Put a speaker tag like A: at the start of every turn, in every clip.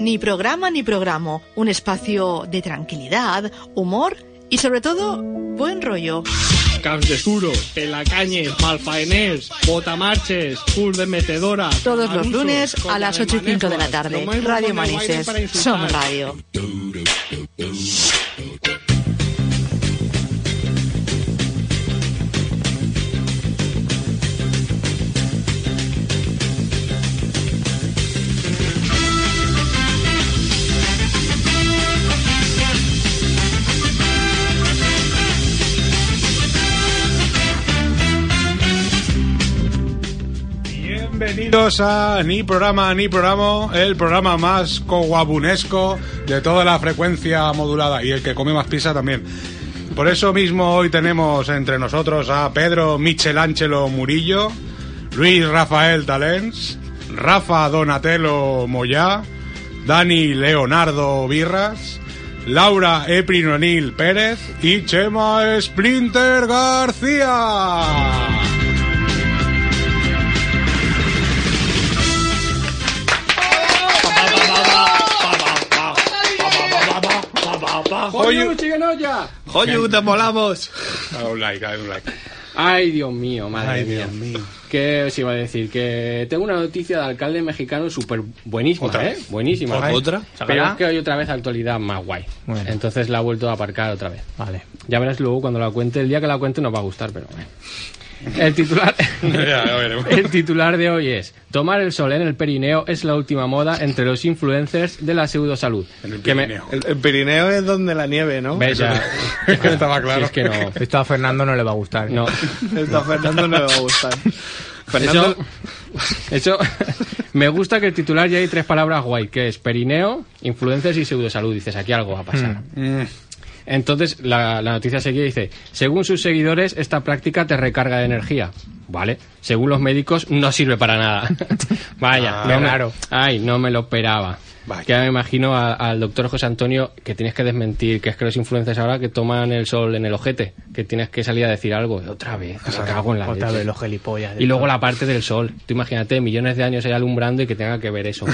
A: Ni programa ni programa. Un espacio de tranquilidad, humor y sobre todo buen rollo.
B: Camps de Suro, Pelacañes, Malfaenés, Botamarches, Curs de Metedora.
A: Todos los lunes a las 8 y 5 de la tarde. Radio Manises. Son Radio.
C: Bienvenidos a Ni Programa Ni Programa, el programa más coguabunesco de toda la frecuencia modulada y el que come más pizza también. Por eso mismo hoy tenemos entre nosotros a Pedro Michelangelo Murillo, Luis Rafael Talens, Rafa Donatello Moyá, Dani Leonardo Birras, Laura Eprinonil Pérez y Chema Splinter García.
B: ¡Joyu, chiganoya!
D: ¡Joyu, te molamos!
C: Dale Ah, un like, dale un like.
D: Ay, Dios mío, madre
C: Ay,
D: mía.
C: Dios mío.
D: ¿Qué os iba a decir? Que tengo una noticia de alcalde mexicano súper buenísima,
C: Otra
D: ¿eh?
C: vez.
D: Buenísima.
C: Otra
D: ¿eh?
E: otra.
D: Pero
E: Sacará.
D: es que hay otra vez actualidad más guay.
E: Bueno.
D: Entonces la ha vuelto a aparcar otra vez.
E: Vale.
D: Ya verás luego cuando la cuente. El día que la cuente nos va a gustar, pero bueno. El titular...
C: Ya, ya veremos.
D: El titular de hoy es Tomar el sol en el Perineo es la última moda entre los influencers de la pseudosalud.
C: En el
D: Que me-
C: Pirineo.
F: El, el Pirineo es donde la nieve, ¿no?
D: Bella.
C: Es que no estaba
D: Si
C: claro.
D: es que no...
E: Esto a Fernando no le va a gustar.
D: No,
F: Esto a Fernando no le va a gustar. Fernando,
D: Eso, eso- me gusta que el titular ya hay tres palabras guay, que es perineo, influencias y pseudosalud. Dices, aquí algo va a pasar. Entonces, la, la noticia seguía y dice, según sus seguidores, esta práctica te recarga de energía. Vale, según los médicos, no sirve para nada. Vaya,
C: Ah,
D: no me-
E: claro.
D: Ay, no me lo esperaba.
C: Vaya.
D: Que ya me imagino a- al doctor José Antonio que tienes que desmentir, que es que los influencers ahora que toman el sol en el ojete, que tienes que salir a decir algo. Otra vez, me cago en la
E: Otra
D: leche.
E: vez los gilipollas.
D: Y luego la parte del sol. Tú imagínate, millones de años ahí alumbrando y que tenga que ver eso.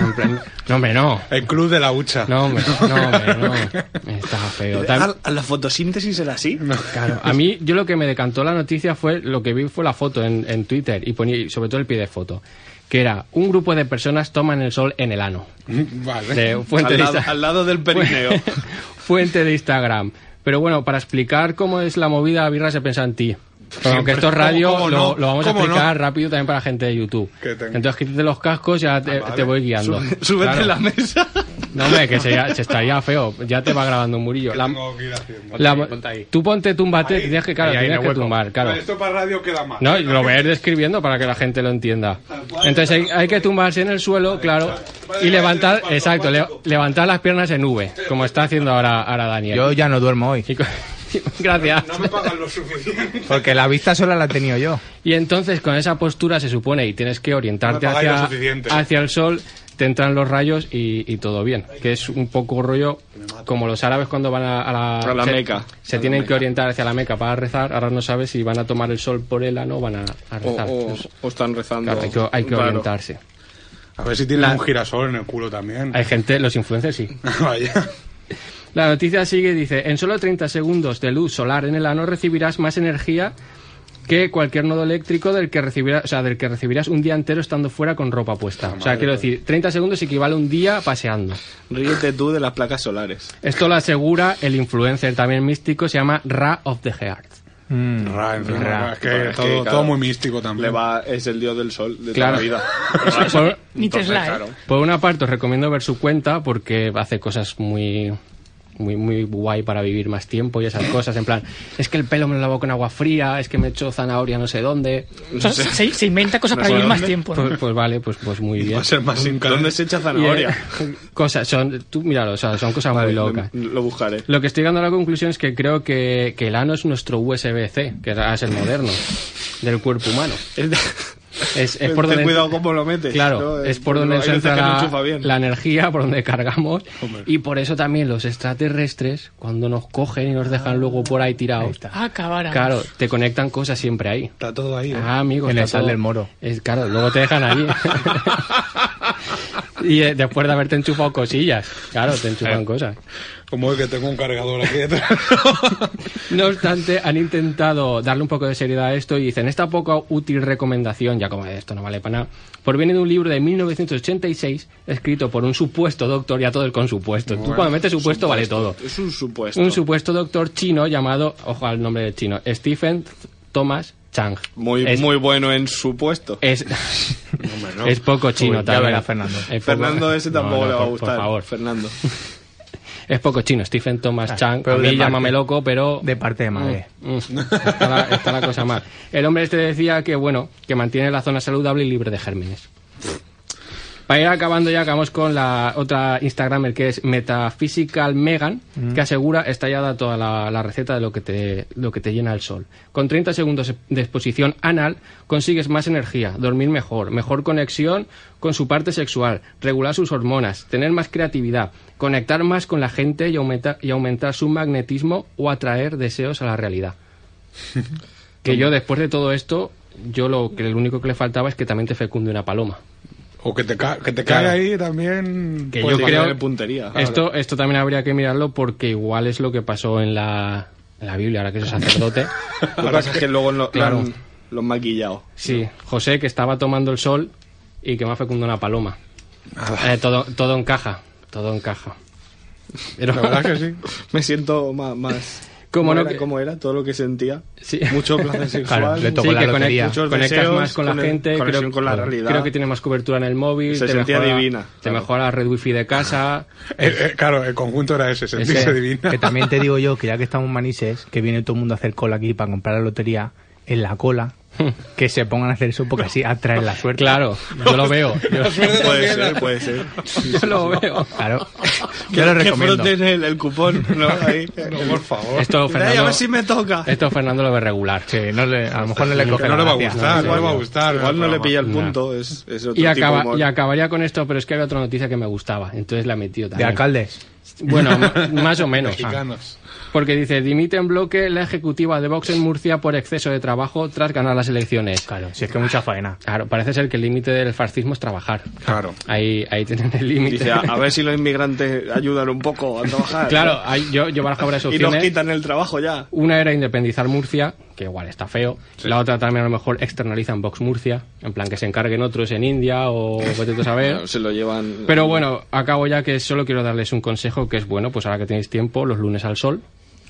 D: En plan, no, hombre, no.
C: El club de la hucha.
D: No, hombre, no, hombre, no. Está feo. Tam-
F: ¿a, a la fotosíntesis era así?
D: claro, a mí, yo lo que me decantó la noticia fue lo que vi fue la foto en, en Twitter y ponía, y sobre todo el pie de foto, que era un grupo de personas toman el sol en el ano.
C: Vale.
D: De fuente
F: Al
D: de
F: lado,
D: Insta-
F: al lado del Pirineo.
D: fuente de Instagram. Pero bueno, para explicar cómo es la movida, Birra se piensa en ti. Pero aunque esto es
C: ¿Cómo-
D: radio,
C: cómo
D: lo,
C: no?
D: lo vamos a
C: ¿Cómo no?
D: explicar rápido también para la gente de YouTube.
C: Que tengo-
D: Entonces quítate los cascos, ya
E: Ah,
D: te,
C: vale.
D: te voy guiando.
F: Súbete
D: Claro.
F: en la mesa.
D: No, hombre, que se, se estaría feo. Ya te va grabando un murillo. La-
C: Tengo que ir haciendo.
D: la-
E: ahí, ponte ahí.
D: tú ponte, túmbate, tienes que, claro,
E: Ahí, ahí,
D: tienes
E: en el
D: que
E: hueco.
D: tumbar, claro.
C: Esto para radio queda mal.
D: No, y lo voy a ir describiendo para que la gente lo entienda.
C: cual.
D: Entonces hay, hay que tumbarse en el suelo, claro,
C: Vale,
D: y
C: vale,
D: levantar,
C: vale,
D: exacto, le-
C: vale.
D: levantar las piernas en V, como está haciendo ahora, ahora Daniel.
E: Yo ya no duermo hoy.
D: Y co- Gracias.
C: No me pagan lo suficiente.
E: Porque la vista sola la he tenido yo.
D: Y entonces con esa postura se supone y tienes que orientarte
C: No me pagáis lo
D: hacia,
C: suficiente.
D: hacia el sol, te entran los rayos y, y todo bien. Que es un poco rollo como los árabes cuando van a, a la,
F: A la
D: se-
F: Meca.
D: Se tienen que orientar hacia la Meca para rezar. Ahora no sabes si van a tomar el sol por el ano o van a, a
F: O,
D: rezar. Entonces,
F: o- o están rezando.
D: claro, hay que, hay que
F: Claro.
D: orientarse.
C: A ver si tiene
D: La-
C: un girasol en el culo también.
D: Hay gente, los influencers sí.
C: Vaya.
D: La noticia sigue, dice, en solo 30 segundos de luz solar en el ano recibirás más energía que cualquier nodo eléctrico del que recibirás, o sea, del que recibirás un día entero estando fuera con ropa puesta. o sea, quiero decir, 30 segundos equivale a un día paseando.
F: Ríete tú de las placas solares.
D: Esto lo asegura el influencer también místico, se llama Ra of the Heart.
C: Ra, en fin,
E: Ra.
C: Es que
F: Bueno, es
C: todo,
F: que,
C: todo
F: claro,
C: muy místico también.
F: Le va, es el dios del sol de
D: Claro.
F: toda la vida.
D: Por,
A: Ni Tesla, ¿eh?
D: por una parte os recomiendo ver su cuenta porque hace cosas muy muy muy guay para vivir más tiempo y esas cosas, en plan, es que el pelo me lo lavo con agua fría, es que me echo zanahoria no sé dónde.
A: O sea, se, se inventa cosas
F: No
A: para
F: sé
A: vivir más
F: dónde.
A: tiempo. ¿no?
D: Pues, pues vale, pues, pues muy bien.
C: Va a ser más sin
F: ¿Dónde se echa zanahoria?
D: Y, eh, cosas, son, tú míralo, o sea, son cosas muy locas.
F: Lo buscaré.
D: Lo que estoy llegando a la conclusión es que creo que, que el ano es nuestro USB-C, que ahora es el moderno, del cuerpo humano.
F: Es de-
D: Es, es
F: Ten
D: por donde
F: cuidado cómo lo metes.
D: Claro,
F: ¿no?
D: es por
F: No,
D: donde
F: hay
D: se
F: veces
D: entra
F: que no
D: la,
F: enchufa bien.
D: la energía, por donde cargamos.
F: Hombre.
D: Y por eso también los extraterrestres, cuando nos cogen y nos dejan luego por ahí tirados,
G: Ah, Acabará.
D: claro, te conectan cosas siempre ahí.
C: Está todo ahí. ¿eh?
D: Ah, amigo,
E: En
D: está
E: el sal
D: todo-
E: del moro.
D: Es, claro, luego te dejan allí. y eh, después de haberte enchufado cosillas, claro, te enchufan cosas.
C: Como es que tengo un cargador aquí detrás.
D: No obstante, han intentado darle un poco de seriedad a esto y dicen, esta poco útil recomendación, ya como esto no vale para nada, proviene de un libro de 1986 escrito por un supuesto doctor, ya todo el con supuesto. Tú cuando metes supuesto, vale todo.
F: Es un supuesto.
D: Un supuesto doctor chino llamado, ojo al nombre del chino, Stephen Thomas Chang.
F: muy,
D: Es-
F: muy bueno en supuesto.
D: Es, es poco chino
E: Uy, ya
D: también.
E: verás, Fernando.
D: Es poco-
F: Fernando ese tampoco
D: No, no,
F: le va a
D: por-
F: gustar.
D: Por favor.
F: Fernando.
D: Es poco chino. Stephen Thomas
F: Ah,
D: Chang.
E: pero
D: a
E: de
D: mí
E: parte-
D: llámame loco, pero...
E: De parte de madre.
D: Mm, está, la, está la cosa mal. El hombre este decía que, bueno, que mantiene la zona saludable y libre de gérmenes. Para ir acabando ya, acabamos con la otra Instagramer que es Metaphysical Megan, que asegura estallada toda la, la receta de lo que, te, lo que te llena el sol. Con 30 segundos de exposición anal consigues más energía, dormir mejor, mejor conexión con su parte sexual, regular sus hormonas, tener más creatividad, conectar más con la gente y, aumenta- y aumentar su magnetismo o atraer deseos a la realidad. que yo después de todo esto, yo lo, que lo único que le faltaba es que también te fecunde una paloma.
C: O que te, ca- que te
D: Claro.
C: cae ahí también.
D: Que
C: pues,
D: yo
F: Tiene
D: creo-
F: tener puntería.
D: Esto, esto también habría que mirarlo porque igual es lo que pasó en la, en la Biblia, ahora que es sacerdote.
F: Lo que pasa es que luego lo, lo
D: Claro.
F: han, lo han maquillado.
D: Sí, José que estaba tomando el sol y que me ha fecundado una paloma. Eh, todo, todo encaja, todo encaja. Pero,
C: La verdad es que sí.
F: Me siento ma- más...
D: ¿Cómo no
F: era,
D: que-
F: ¿Cómo era? Todo lo que sentía.
D: Sí.
F: Mucho placer sexual.
E: Claro, le tocó
D: Sí,
E: la
D: que
E: lotería.
D: conectas,
F: Muchos
D: conectas
F: deseos,
D: más con la
F: conex-
D: gente,
F: conexión con la realidad.
D: creo que tiene más cobertura en el móvil,
F: Se
D: te
F: sentía
D: mejora,
F: divina,
D: te
F: claro.
D: mejora el red wifi de casa,
C: Eh, eh, claro, el conjunto era ese, sentirse
D: Ese.
C: divina.
E: Que también te digo yo que ya que estamos manises, que viene todo el mundo a hacer cola aquí para comprar la lotería, en la cola, que se pongan a hacer eso porque así atraen la suerte.
D: claro, yo lo veo, yo,
F: Puede ser, puede ser.
D: yo lo veo.
E: Claro. Yo lo
F: Que- que
E: recomiendo.
F: froten el, el cupón, ¿no? Ahí.
C: No, por favor.
D: Esto
F: Ay, a
D: Fernando,
F: ver si me toca.
D: esto Fernando lo ve regular.
E: Sí, no le- a lo mejor no le
C: Que
E: coge
C: no
E: la
C: le va a
E: gracia.
C: gustar, no le va a
E: Sí.
C: gustar.
F: Igual no le pilla el
D: No.
F: punto. Es, es otro
D: Y,
F: tipo
D: acaba-
F: de humor.
D: y acabaría con esto, pero es que había otra noticia que me gustaba, entonces la he metido
E: De
D: también.
E: alcaldes.
D: Bueno, ma- más o menos.
C: Mexicanos.
D: Porque dice, dimite en bloque la ejecutiva de Vox en Murcia por exceso de trabajo tras ganar las elecciones.
E: Claro, si es que mucha faena.
D: Claro, parece ser que el límite del fascismo es trabajar.
C: Claro.
D: Ahí, ahí tienen el límite.
F: Dice, a, a ver si los inmigrantes ayudan un poco a trabajar.
D: Claro, hay- yo, yo barajo varias
F: Y nos
D: opciones.
F: quitan el trabajo ya.
D: Una era independizar Murcia, que igual está feo. La otra también a lo mejor externalizan Vox Murcia, en plan que se encarguen otros en India o vete tú a saber.
F: Se lo llevan.
D: Pero bueno, acabo ya que solo quiero darles un consejo que es bueno, pues ahora que tenéis tiempo, los lunes al sol.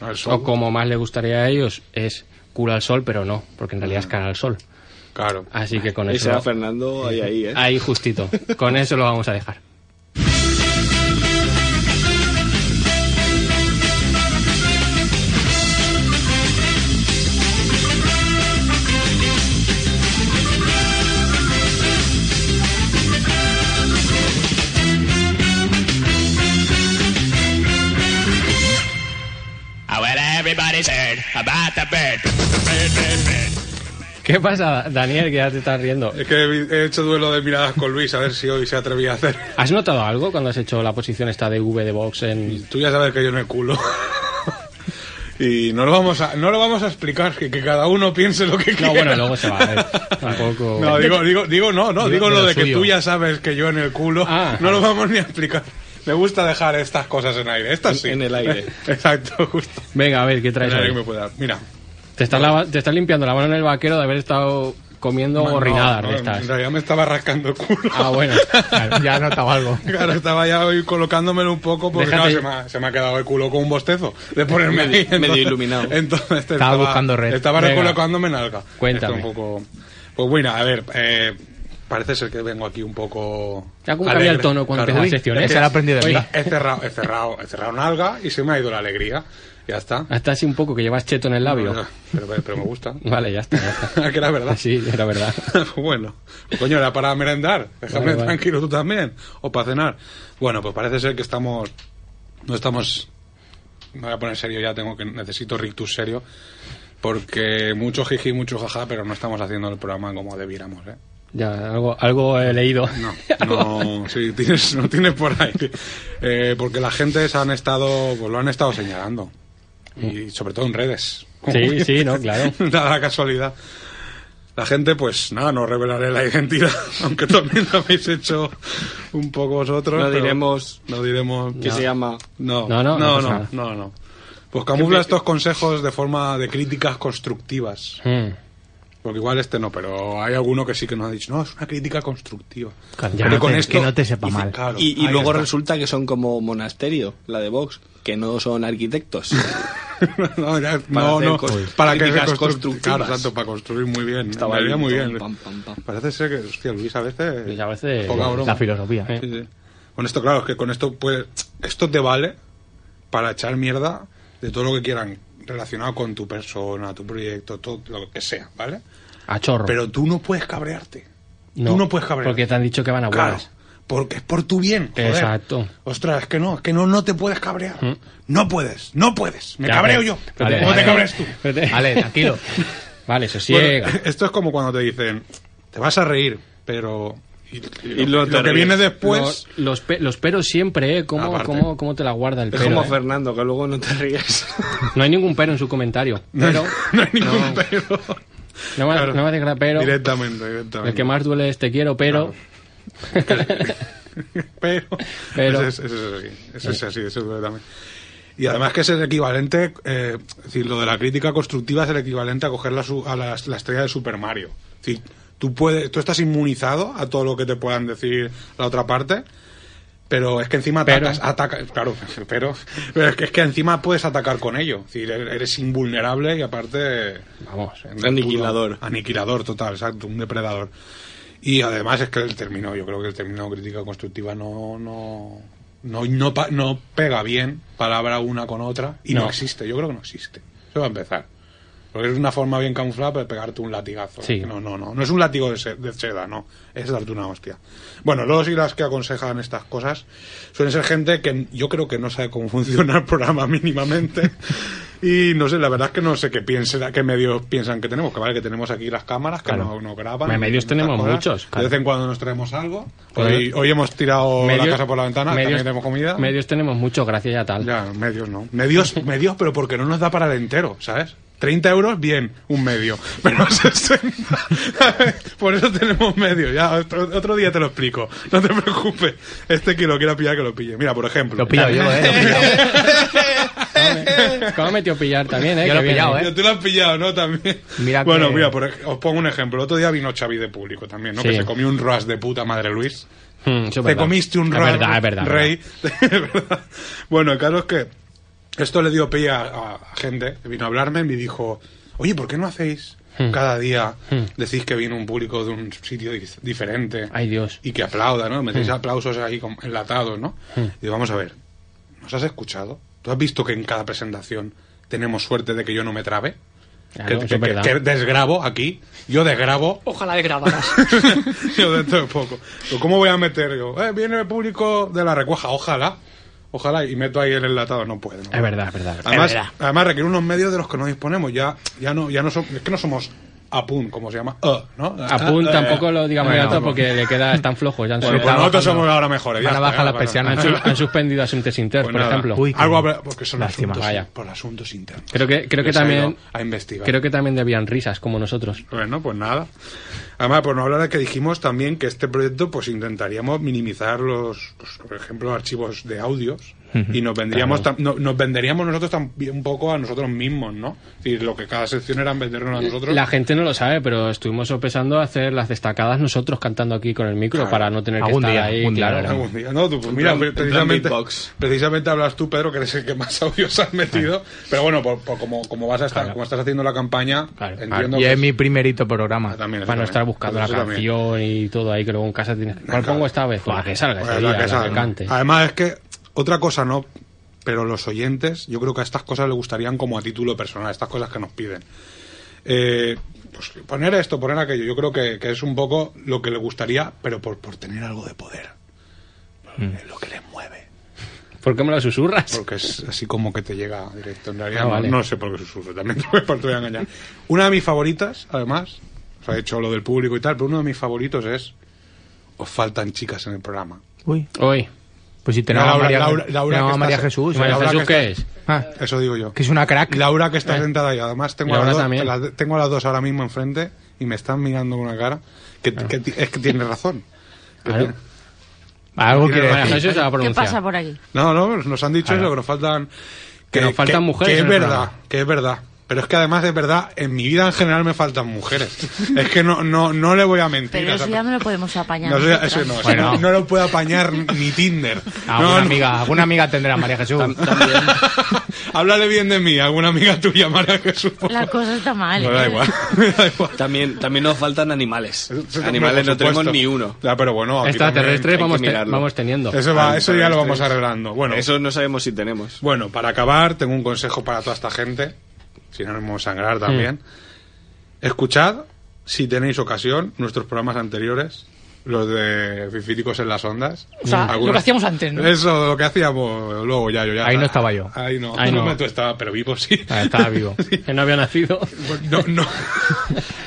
C: Al
D: O
C: sol,
D: como más les gustaría a ellos, es cura al sol, pero no, porque en realidad es cara al sol.
C: Claro.
D: Así que con
F: Ahí se
D: eso.
F: va Fernando ahí, ahí, ¿eh?
D: Ahí justito. Con eso lo vamos a dejar. ¿Qué pasa, Daniel? Que ya te estás riendo.
C: Es que he hecho duelo de miradas con Luis, a ver si hoy se atrevía a hacer.
D: ¿Has notado algo cuando has hecho la posición esta de V de box en...
C: Tú ya sabes que yo en el culo. Y no lo vamos a, no lo vamos a explicar, que, que cada uno piense lo que quiera.
D: No, bueno, luego se va a ver. Tampoco...
C: No, digo, digo, digo no, no, digo,
E: Digo de
C: lo
E: lo
C: de que
E: suyo.
C: tú ya sabes que yo en el culo
D: Ah.
C: no lo vamos ni a explicar. Me gusta dejar estas cosas en aire, estas sí.
F: En- en el aire.
C: Exacto, justo.
D: Venga, a ver, ¿qué
C: En
D: traes
C: el aire que
D: hoy?
C: me pueda. Mira.
D: Te estás, lava- te estás limpiando la mano en el vaquero de haber estado comiendo gorrinadas
C: No,
D: de
C: no,
D: estas.
C: En realidad me estaba rascando el culo.
D: Ah, bueno.
E: Claro, ya he notado algo.
C: Claro, estaba ya hoy colocándomelo un poco porque
D: Déjate.
C: claro, se, me ha, se me ha quedado el culo con un bostezo de ponerme ahí.
F: medio iluminado.
C: Entonces
E: buscando red.
C: Estaba
D: Venga.
C: recolocándome en alga.
D: Cuéntame.
C: Esto un poco... Pues bueno, a ver, eh, parece ser que vengo aquí un poco...
D: Ya como cambia el
C: alegre.
D: tono cuando
C: Claro.
D: empiezan las
C: Uy,
D: secciones.
E: Se la ha aprendido de
D: Oye,
E: mí.
C: He cerrado, he cerrado, he cerrado en alga y se me ha ido la alegría. Ya está.
D: Hasta así un poco que llevas cheto en el labio.
C: Pero, pero me gusta.
D: Vale, ya está. ya está.
C: que era verdad.
D: Sí, era verdad.
C: Pues bueno, coño, era para merendar. Déjame
D: Vale, vale.
C: tranquilo tú también. O para cenar. Bueno, pues parece ser que estamos. No estamos. Me voy a poner serio ya, tengo que necesito rictus serio. Porque mucho jiji, mucho jaja, pero no estamos haciendo el programa como debiéramos, ¿eh?
D: Ya, algo, algo he leído.
C: No, no, sí, tienes, no tienes por ahí. Eh, porque la gente se han estado, pues lo han estado señalando. Y sobre todo en redes.
D: Mm. Sí, sí,
E: Ah,
D: no, claro.
C: Nada casualidad. La gente, pues nada, no revelaré la identidad, aunque también lo habéis hecho un poco vosotros.
F: No
C: pero
F: diremos
C: No diremos.
F: que se llama.
C: No, no,
D: No,
C: no, no,
D: no, no
C: no,
D: pasa
C: no. Pues camufla estos consejos de forma de críticas constructivas.
D: Mm.
C: Porque igual este no, pero hay alguno que sí que nos ha dicho, no, es una crítica constructiva.
E: Claro,
C: Pero
E: que no te- que no te sepa
C: dice,
E: mal.
C: claro,
F: Y, y
C: ahí
F: luego
C: está.
F: resulta que son como monasterio, la de Vox, que no son arquitectos.
C: no, ya- no,
F: hacer
C: no,
F: cos-
C: para que
F: críticas
C: reconstru-
F: constructivas.
C: Claro, exacto, para construir muy bien.
F: Estaba
C: Estaría
F: ahí,
C: muy
F: pam,
C: bien.
F: pam, pam, pam.
C: Parece ser que, hostia, Luis, a veces.
D: Luis, Pues a veces-
C: Poca broma.
E: La filosofía.
D: Eh.
C: Sí, sí. Con esto, claro, es que con esto, pues, esto te vale para echar mierda de todo lo que quieran relacionado con tu persona, tu proyecto, todo lo que sea, ¿vale?
D: A chorro.
C: Pero tú no puedes cabrearte. tú no puedes cabrearte.
D: Porque te han dicho que van a
C: Claro,
D: buenas.
C: porque es por tu bien. joder.
D: Exacto.
C: Ostras, es que no, es que no, no te puedes cabrear.
D: Mm.
C: No puedes, no puedes. Me
D: Ya,
C: cabreo
D: pero-
C: yo.
D: pero te-
C: ¿Cómo te
D: vale.
C: cabreas tú?
D: Espérate.
E: Vale, tranquilo.
D: Vale,
C: Bueno,
D: sosiega.
C: esto es como cuando te dicen, te vas a reír, pero... Y, y
F: Y
C: lo,
F: luego te
C: lo que
F: ríes.
C: viene después...
D: los, los, pe- los peros siempre, ¿eh? ¿Cómo,
C: pues Aparte.
D: cómo, cómo te la guarda el
F: Es
D: pero?
F: como
D: eh?
F: Fernando, que luego no te ríes.
D: No hay ningún pero en su comentario.
C: No, hay- no hay ningún pero.
D: No me,
C: Claro.
D: no me hace gra- pero.
C: Directamente, directamente.
D: El que más duele es te quiero, pero.
C: Pero.
D: Pero-
C: Ese, es- ese es así. Ese es así, ese duele también. Y además que ese es el equivalente, eh, es decir, lo de la crítica constructiva es el equivalente a coger la, su- a la, la estrella de Super Mario. Es decir, tú, puedes, tú estás inmunizado a todo lo que te puedan decir la otra parte, pero es que encima
D: Pero-
C: atacas, atacas- claro, pero, pero es, que, es que encima puedes atacar con ello. Es decir, er, eres invulnerable y aparte...
D: Vamos.
C: En el
F: Aniquilador.
C: puro- aniquilador total, exacto, un depredador. Y además es que el término, yo creo que el término crítica constructiva no no no no, pa- no pega bien palabra una con otra y no.
D: No.
C: existe, yo creo que no existe. Eso va a empezar. Porque es una forma bien camuflada de pegarte un latigazo.
D: Sí.
C: No, no, no. No es un látigo de, se- de seda, no. Es darte una hostia. Bueno, los y las que aconsejan estas cosas suelen ser gente que yo creo que no sabe cómo funciona el programa mínimamente. y no sé, la verdad es que no sé qué, piense, qué medios piensan que tenemos. Que vale, que tenemos aquí las cámaras, que
D: Claro.
C: no, no graban.
D: Me- medios
C: estas
D: tenemos
C: cosas.
D: muchos, claro.
C: De vez en cuando nos traemos algo.
D: Pero-
C: Hoy, hoy hemos tirado la casa por la ventana,
D: medios-
C: Ah, también tenemos comida.
D: Medios tenemos mucho, gracias ya tal.
C: Ya, medios no. Medios, medios, pero porque no nos da para el entero, ¿sabes? 30 euros, bien, un medio. Pero 60. Por eso tenemos medio. Ya, otro, otro día te lo explico. No te preocupes. Este que lo quiera pillar, que lo pille. Mira, por ejemplo.
E: Lo he pillado yo, ¿eh? Lo he pillado.
D: ¿Cómo me metido pillar también, eh?
E: Yo lo he
D: Que viene.
E: pillado, ¿eh?
C: Ya Tú lo has pillado, ¿no? También.
E: Mira
C: bueno,
E: que-
C: mira, por ej- os pongo un ejemplo. El otro día vino Xavi de público también, ¿no?
D: Sí.
C: Que se comió un ras de puta madre Luis.
E: eh.
D: Mm, eso es
C: Te
D: verdad.
C: comiste un
D: Es
C: ras,
D: verdad, es verdad, es
C: rey.
D: verdad.
C: Es verdad. bueno, el caso es que esto le dio pie a, a gente que vino a hablarme y me dijo, oye, ¿por qué no hacéis
D: Hmm.
C: cada día decís que viene un público de un sitio di- diferente?
D: Ay, Hmm. Dios.
C: Y que aplauda, ¿no? Metéis aplausos ahí con- enlatados, ¿no?
D: Hmm.
C: Y digo, vamos a ver, ¿nos has escuchado? ¿Tú has visto que en cada presentación tenemos suerte de que yo no me trabe?
D: Claro,
C: Que-
D: eso es
C: que- que-
D: verdad.
C: que desgrabo aquí, yo desgrabo
G: Ojalá desgrabaras.
C: yo dentro de poco. Digo, ¿Cómo voy a meter? Yo, eh, viene el público de la recuaja, ojalá. Ojalá, y meto ahí el enlatado. No puede. no puede.
D: Es verdad, es verdad. es verdad.
C: Además,
G: verdad.
C: además requiere unos medios de los que no disponemos. Ya, ya no, ya no somos, es que no somos apun, como se llama, eh, ¿no?
D: A Pun
C: Eh,
D: tampoco lo diga muy
E: Bueno, pues.
D: alto
E: bueno.
D: porque le queda tan flojo. Ya han,
C: Bueno, pues
D: suspendido-
C: nosotros somos ahora mejores. ya
E: Van a
C: está,
E: bajar
C: ya,
E: las
C: bueno.
E: persianas.
D: han su- han suspendido a Sinter,
C: Pues
D: por
C: nada.
D: ejemplo.
E: Uy,
C: Algo habrá- porque son
E: Lástima.
C: asuntos,
D: Vaya.
C: por asuntos internos.
D: Creo que, creo que
C: Les ha ido
D: también.
C: a investigar.
D: Creo que también debían risas, como nosotros.
C: Bueno, pues nada. Además, por no hablar de que dijimos también que este proyecto, pues intentaríamos minimizar los, pues, por ejemplo, archivos de audios y nos vendríamos, tam- no- nos venderíamos nosotros también un poco a nosotros mismos, ¿no? Es decir, lo que cada sección era vendernos a nosotros.
D: La gente no lo sabe, pero estuvimos sopesando hacer las destacadas nosotros cantando aquí con el micro
C: Claro.
D: para no tener que
E: Algún
D: estar
E: día,
D: ahí.
E: algún día,
D: claro,
E: algún
C: Algún día, ¿no? Tú, pues mira,
F: plan- en plan
C: precisamente,
F: beatbox.
C: precisamente hablas tú, Pedro, que eres el que más audios has metido. Pero bueno, por- por como, como vas a estar,
D: Claro.
C: como estás haciendo la campaña,
D: Claro.
C: entiendo
E: Y
C: que Ah,
E: es mi primerito programa.
C: también, eso
D: para no
C: también.
D: estar buscando la
C: Eso también.
D: canción y todo ahí, que luego en casa tienes que. ¿Cuál
C: Claro.
D: pongo esta vez? Para que salga
C: Bueno,
D: ese
C: la
D: día,
C: Pues que
D: la que
C: salga.
D: cante.
C: Además es que otra cosa no, pero los oyentes, yo creo que a estas cosas les gustarían como a título personal, estas cosas que nos piden. Eh, pues poner esto, poner aquello, yo creo que, que es un poco lo que les gustaría, pero por, por tener algo de poder.
D: Mm.
C: Es Lo que les mueve.
D: ¿Por qué me lo susurras?
C: Porque es así como que te llega directo. En realidad,
D: Ah,
C: no-
D: vale.
C: no, sé por qué susurro, también te voy a engañar. Una de mis favoritas, además, Se ha hecho lo del público y tal, pero uno de mis favoritos es. Os faltan chicas en el programa.
E: Uy,
D: Hoy.
E: pues si tenemos
C: No,
E: a
C: Laura-
E: María,
C: Laura- Laura,
E: tenemos
C: que
E: a María
C: estás-
E: Jesús,
C: Bueno,
D: María
C: Laura
D: Jesús,
C: que
D: ¿qué es?
C: está- Eso digo yo.
E: Ah, que es una crack.
C: Laura que está sentada ahí, además tengo, a
D: Eh. Laura
C: las dos,
D: también.
C: las- tengo a las dos ahora mismo enfrente y me están mirando con una cara que, que ti- es que tiene razón.
D: Claro.
E: Algo quiere
D: María
E: decir.
D: Jesús se va a
H: ¿Qué
D: pronunciar.
H: pasa por aquí?
C: No, no, nos han dicho
D: Claro.
C: eso, que nos faltan...
D: Que nos faltan mujeres
C: Que es
D: en el
C: verdad,
D: programa.
C: que es verdad. Pero es que además es verdad, en mi vida en general me faltan mujeres. es que no, no, no le voy a mentir.
H: Pero
C: a esa
H: eso ya
C: persona.
H: no lo podemos apañar.
C: No, eso ya-
H: nosotras.
C: eso no, eso
E: Bueno.
C: no, no lo puede apañar ni Tinder.
E: Alguna
C: No, no.
E: Ah, amiga, alguna amiga tendrá María Jesús.
C: Háblale bien de mí, alguna amiga tuya, María Jesús.
H: La cosa está mal. ¿eh?
C: No, da igual, da igual.
F: También, también nos faltan animales.
C: Eso- eso también, por
F: Animales no tenemos
C: supuesto.
F: ni uno.
C: Ya, pero bueno, aquí
D: Extraterrestres
F: hay que
D: vamos, te-
F: mirarlo.
D: vamos teniendo.
C: también. Eso, va, eso ya lo vamos
F: Extraterrestres.
C: arreglando. Bueno,
F: Eso no sabemos si tenemos.
C: bueno, para acabar, tengo un consejo para toda esta gente. Si no nos vamos a sangrar también. Escuchad, si tenéis ocasión, nuestros programas anteriores. Los de Fifíticos en las Ondas.
G: O sea,
C: Algunos-
G: lo que hacíamos antes, ¿no?
C: Eso, lo que hacíamos luego ya. Yo ya
E: Ahí no estaba yo.
C: Ahí no.
D: Ahí no.
C: me tú estaba, pero vivo sí.
E: Ah, Estaba vivo.
D: Que no había nacido.
C: Pues No, no.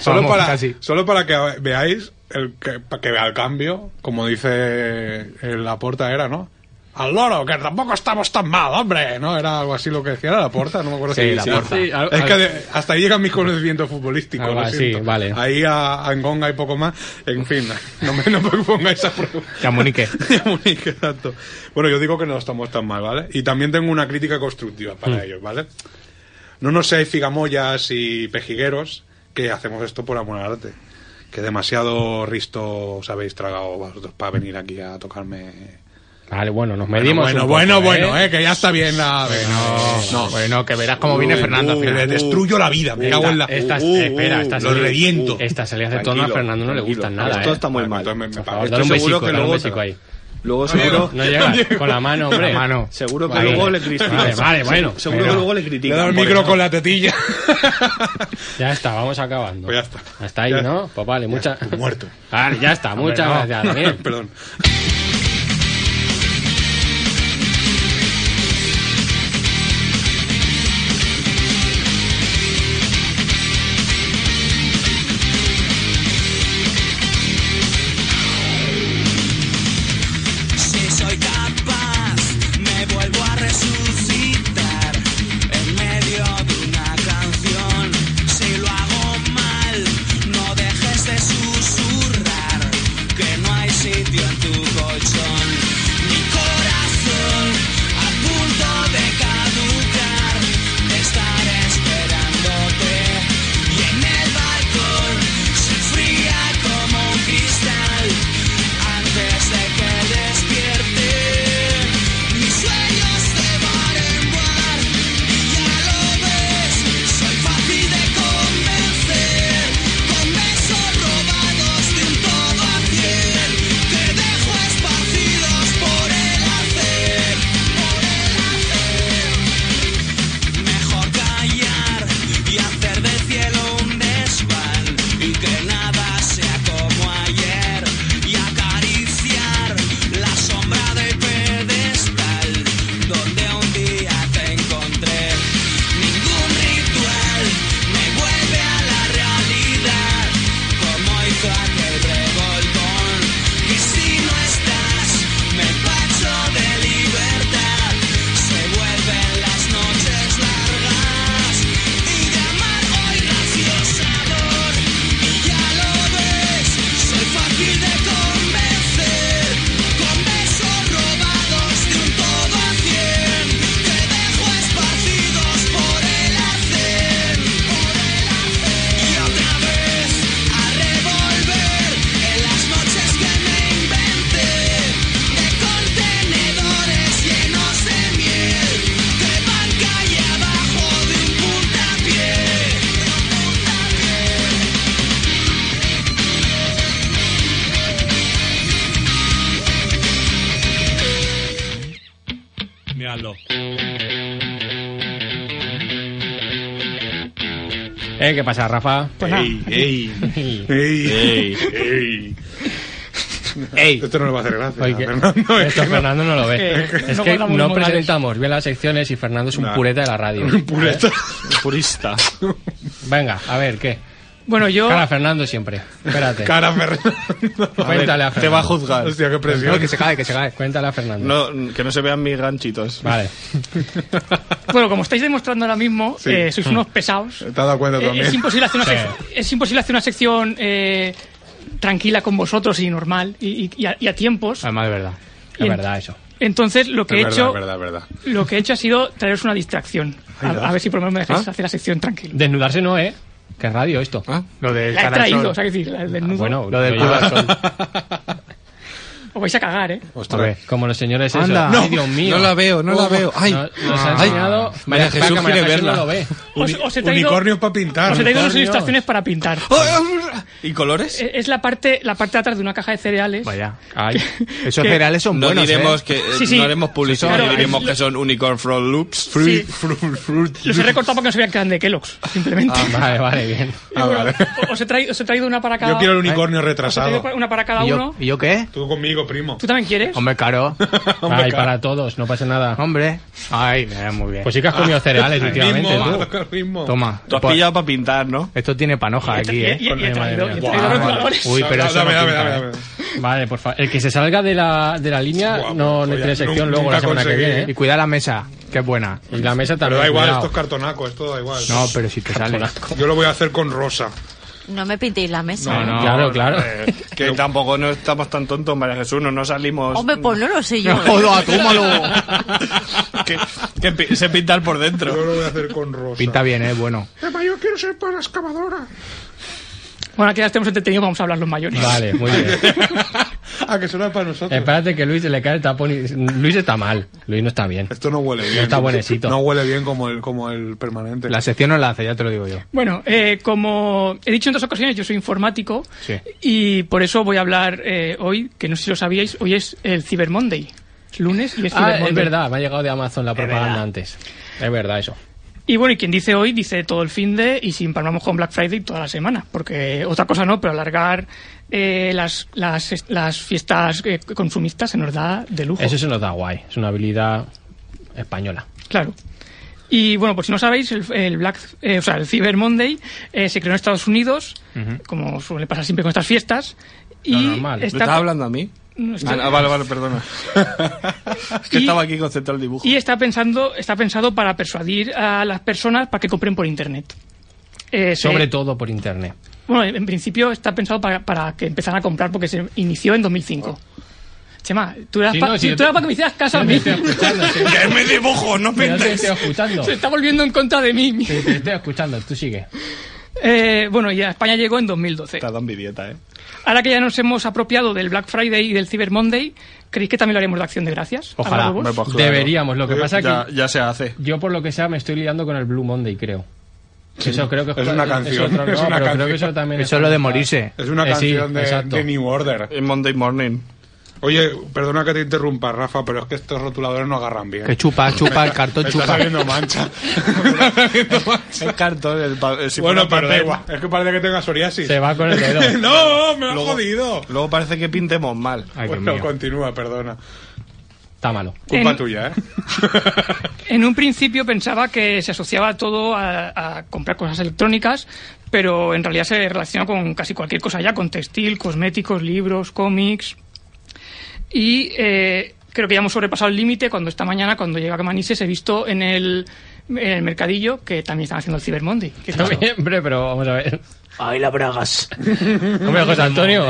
C: solo,
E: Vamos,
C: para,
E: casi.
C: solo para que veáis, el que, para que vea el cambio, como dice la porta era, ¿no? Al loro, que tampoco estamos tan mal, hombre, ¿no? Era algo así lo que decía la porta, no me acuerdo
E: Sí,
C: si
E: La
C: si-
E: Porta.
D: Sí, al-
C: Es que
D: al-
C: de- hasta ahí llegan mis conocimientos futbolísticos.
D: Ah,
C: lo
D: va, sí,
C: siento.
D: vale.
C: Ahí a Angonga y poco más. En fin, no me, no me pongáis a prueba.
E: Que a Monique.
C: Ya, Monique, exacto. Bueno, yo digo que no estamos tan mal, ¿vale? Y también tengo una crítica constructiva para ellos, ¿vale? No nos seáis figamoyas y pejigueros que hacemos esto por amor al arte. Que demasiado risto os habéis tragado vosotros para venir aquí a tocarme.
D: Vale, bueno, nos medimos.
C: bueno,
D: un
C: bueno,
D: poco,
C: bueno, eh, que ya está bien la.
E: No, bueno, que verás cómo viene
F: Uy,
E: Fernando al
C: Que
E: final.
C: uh, le destruyo la vida, me cago en la.
D: Estas- eh,
F: Uh, uh,
D: espera, estas
C: lo
D: salidas-
C: reviento.
D: Estas salidas de tono a
F: Tranquilo,
D: Fernando no le
F: tranquilo.
D: gustan nada,
F: Esto
D: eh.
F: está muy
C: Bueno,
F: mal.
C: entonces me- me
D: Por
C: parece-
D: favor, dale un
F: Estoy seguro
D: besico,
F: que
D: dale un
F: luego-
D: besico ahí.
F: Luego seguro,
D: No llega, con la mano,
E: Con
D: hombre.
E: la mano.
F: seguro que
D: Vale.
F: luego le critican.
D: Vale, vale, bueno.
F: Seguro que luego le
C: Le he
F: critican.
C: dado el
F: por
C: micro
F: eso.
C: con la tetilla.
D: Ya está, vamos acabando.
C: Pues ya está.
D: Hasta ahí,
C: Ya-
D: ¿no? Pues vale, muchas.
C: Muerto.
D: Vale, ya está, muchas
E: no.
D: gracias, Daniel.
C: Perdón.
I: Si soy capaz, me vuelvo a resucitar en medio de una canción. Si lo hago mal, no dejes de susurrar que no hay sitio en tu colchón. Mi corazón a punto de caducar, estar esperándote. Y en el balcón se fría como un cristal antes de que despierte. Mis sueños te van a emboar y ya lo ves, soy fácil de convencer. Con besos robados de un todo a cien, te dejo esparcidos por el hacer, por el hacer. Mejor callar y hacer del cielo un desván y que nada sea como ayer y acariciar la sombra del pedestal donde un día te encontré. Ningún ritual me vuelve a la realidad como hizo aquel bregolcón que si no estás me pacho de libertad se vuelven las noches largas y de amar hoy graciosador y ya lo ves soy fácil de convencer con besos robados de un todo a cien te dejo esparcidos por el hacer por el hacer y otra vez a revolver en las noches que me inventé de contenedores llenos de miel que van calle abajo de un puntapié de un puntapié
D: Eh, ¿qué pasa, Rafa?
C: Ey, Pues ey, ey, ey.
D: Ey.
C: Esto no le va a hacer gracia.
D: Oye, que-
C: Fernando, es
D: esto
C: que no.
D: Fernando no lo ve.
G: Es que
D: es
G: no
D: que
G: guardamos
D: no
G: memorias.
D: presentamos bien las secciones y Fernando es un
C: Nah.
D: pureta de la radio.
C: Pureta.
F: Purista.
D: Venga, Eh, a ver, ¿qué?
G: Bueno, yo.
D: Cara Fernando siempre. Espérate.
C: Cara Fernando.
D: Cuéntale a
F: Te va a
D: Fernando.
F: juzgar.
C: Hostia, qué
E: No,
C: presión.
E: que se cae, que se cae.
D: Cuéntale a Fernando.
F: No, que no se vean mis ganchitos.
D: Vale.
G: Bueno, como estáis demostrando ahora mismo,
C: Sí.
G: eh, sois unos pesados.
C: Te has dado cuenta
G: Eh,
C: también.
G: es, imposible hacer una
D: Sí.
G: sec- es imposible hacer una sección eh, tranquila con vosotros y normal y, y- y a, y a tiempos.
D: Ah.
E: Además, de verdad.
G: Y
D: Es
G: en-
D: verdad eso.
G: Entonces, lo que he
C: es verdad,
G: hecho.
C: verdad, verdad.
G: Lo que he hecho ha sido traeros una distracción. A, a ver si por lo menos me dejáis hacer la sección tranquila.
D: Desnudarse no, ¿eh? Qué radio esto.
J: Ah,
D: Ah,
E: Lo del
G: La he
E: cara al
G: traído, o
E: sol.
G: sea, que decir, la del desnudo.
D: bueno,
E: Lo del
D: yo llevo
E: culo.
D: al sol.
G: Os vais a cagar, ¿eh?
D: pues,
E: A ver.
D: Como los señores esos.
E: Anda.
D: Ay, Dios mío.
J: No la veo, no la veo. Ay,
D: No- nos ha
J: Ay.
D: enseñado.
J: María Jesús
D: Paca, María
J: quiere
D: Jesús
J: verla.
D: No lo ve.
G: Os,
C: Uni-
G: os he traído,
C: Unicornios para pintar.
G: os he traído unas
D: unicornios.
G: ilustraciones para pintar.
F: ¿Y colores?
G: Eh, Es la parte, la parte de atrás de una caja de cereales.
E: Vaya.
D: Ay.
E: Esos
G: Que-
E: cereales son
J: No
E: buenos.
J: diremos
E: ¿eh?
J: que eh,
G: Sí, sí.
J: no haremos publicidad,
G: Claro,
J: ni diremos
G: es-
J: que son Unicorn Front Loops.
G: Sí.
C: Fruit, fruit.
G: Los he recortado para que no se vean que eran de Kellogg's,
E: Ah,
G: simplemente.
D: Vale, vale, bien.
G: Y bueno, os, he traído, os he traído una para cada
C: Yo quiero el unicornio
G: os he traído
C: retrasado.
G: una para cada
E: ¿Y yo,
G: uno.
E: ¿Y yo qué?
C: Tú conmigo, primo.
G: ¿Tú también quieres?
E: Hombre, caro.
D: Ay, para todos, no pasa nada.
E: Hombre. Ay, mira, muy bien.
D: Pues sí que has comido cereales últimamente,
C: Mismo, ah,
D: tú.
C: mismo.
E: Toma.
F: Tú has
E: pues,
F: pillado para pintar, ¿no?
E: Esto tiene panoja
G: Y-
E: aquí,
G: y-
E: ¿eh?
G: y- y he
D: Madre
G: traído,
D: mía.
G: y he traído los valores.
E: Uy, pero eso
C: dame,
E: no
C: dame,
E: pinta,
C: dame,
E: ¿eh?
C: dame.
D: Vale, por favor. El que se salga de la, de la línea
C: Guau,
D: no, no
C: pues
D: tiene
C: ya,
D: sección
C: nunca
D: luego la semana que
C: conseguí.
D: viene.
E: Y
D: ¿eh?
E: cuida la mesa, que es buena.
D: Y la mesa
C: Pero
D: también.
C: da igual,
D: cuidado.
C: estos cartonacos, esto da igual.
E: No, pero si te sale.
C: Yo lo voy a hacer con rosa.
K: No me pintéis la mesa.
E: No, no.
D: Claro, claro.
F: Eh, que tampoco no estamos tan tontos, María Jesús, no, no salimos...
K: Hombre, pues no lo sé yo.
E: ¡Joda, tómalo!
F: que, que pi- sé pintar por
C: Yo
F: dentro.
C: lo voy a hacer con rosa.
E: Pinta bien, ¿eh? Bueno.
C: Emma, yo quiero ser para excavadora.
G: Bueno, aquí ya estemos entretenidos, vamos a hablar los mayores.
D: Vale, muy bien.
C: Ah, que suena para nosotros.
D: Espérate que Luis se le cae el tapón y... Luis está mal. Luis no está bien.
C: Esto no huele bien.
D: está buenecito.
C: No huele bien como el, como el permanente.
E: La sección no la hace, ya te lo digo yo.
G: Bueno, eh, como he dicho en dos ocasiones, yo soy informático
E: Sí.
G: y por eso voy a hablar eh, hoy, que no sé si lo sabíais, hoy es el Cyber Monday. Es lunes y es Cyber
D: Ah,
G: Monday.
D: es verdad, me ha llegado de Amazon la propaganda antes. Es verdad eso.
G: Y bueno, y quien dice hoy, dice todo el fin de y si empalmamos con Black Friday toda la semana. Porque otra cosa no, pero alargar eh, las, las, las fiestas eh, consumistas se nos da de lujo.
D: Eso se nos da guay. Es una habilidad española.
G: Claro. Y bueno, pues si no sabéis, el, el Black, eh, o sea, el Cyber Monday eh, se creó en Estados Unidos, como suele pasar siempre con estas fiestas. Y
D: Lo normal.
F: ¿Me estás hablando a mí?
G: no, está-
F: Ah, no, vale, vale, perdona. es que
G: Y-
F: estaba aquí concentrado el dibujo.
G: Y está pensando, está pensado para persuadir a las personas para que compren por internet. Eh, se-
D: Sobre todo por internet.
G: Bueno, en en principio está pensado para, para que empezaran a comprar porque se inició en 2005. Chema, tú eras
D: Sí,
G: para
D: no, sí, yo te-
G: que me hicieras caso a mí.
F: ¡Que es mi dibujo, no
D: Mira, te
F: pintes!
D: estoy escuchando.
G: Se está volviendo en contra de mí.
D: Te te estoy escuchando, tú sigue.
G: Eh, bueno, y a España llegó en 2012.
F: Está dando mi dieta, ¿eh?
G: Ahora que ya nos hemos apropiado del Black Friday y del Cyber Monday, ¿creéis que también lo haremos de acción de gracias?
D: Ojalá.
G: ¿A los
F: Hombre,
G: huevos?
F: pues claro.
D: Deberíamos.
C: Eh,
D: Lo que pasa es
F: ya,
D: que
F: ya se hace.
D: yo por lo que sea me estoy liando con el Blue Monday, creo. Eso creo que
C: es una canción,
D: otro- no,
C: es una
D: pero creo
C: canción.
D: que eso también
E: Eso es lo de
D: culpa-
E: morirse.
C: Es una
D: Eh, sí,
C: canción de,
D: exacto.
C: de New Order.
F: Es Monday morning.
C: Oye, perdona que te interrumpa, Rafa, pero es que estos rotuladores no agarran bien.
E: Que chupa, chupa, el cartón
C: Me está
E: chupa.
C: saliendo mancha. Me está saliendo mancha.
F: El cartón, el pa- eh, si
C: bueno,
F: fuera
C: pero da
F: papel.
C: igual. Es que parece que tenga psoriasis.
D: Se va con el dedo.
C: no, me lo ha jodido.
F: Luego parece que pintemos mal.
E: Ay, Dios
C: bueno,
E: mío.
C: continúa, perdona.
D: Está malo.
C: Culpa
G: En-
C: tuya, ¿eh?
G: En un principio pensaba que se asociaba todo a, a comprar cosas electrónicas, pero en realidad se relaciona con casi cualquier cosa ya, con textil, cosméticos, libros, cómics. Y eh, creo que ya hemos sobrepasado el límite cuando esta mañana, cuando llega a Manises, he visto en el, en el mercadillo que también están haciendo el Cyber Monday. Que claro,
D: Siempre, pero vamos a ver.
E: Ay, la bragas.
D: Hombre, José Antonio.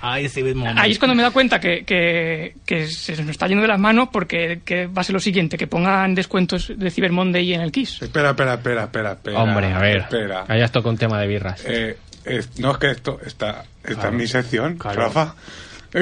E: Ay, Cyber
G: Ahí es cuando me he dado cuenta que, que- que se nos está yendo de las manos porque que va a ser lo siguiente, que pongan descuentos de Cyber Monday en el KISS.
C: Espera, espera, espera, espera, espera.
D: Hombre, a ver.
C: Espera.
D: Allá esto con tema de birras.
C: Eh, es- no, es que esto está, está en mi sección,
E: Claro.
C: Rafa.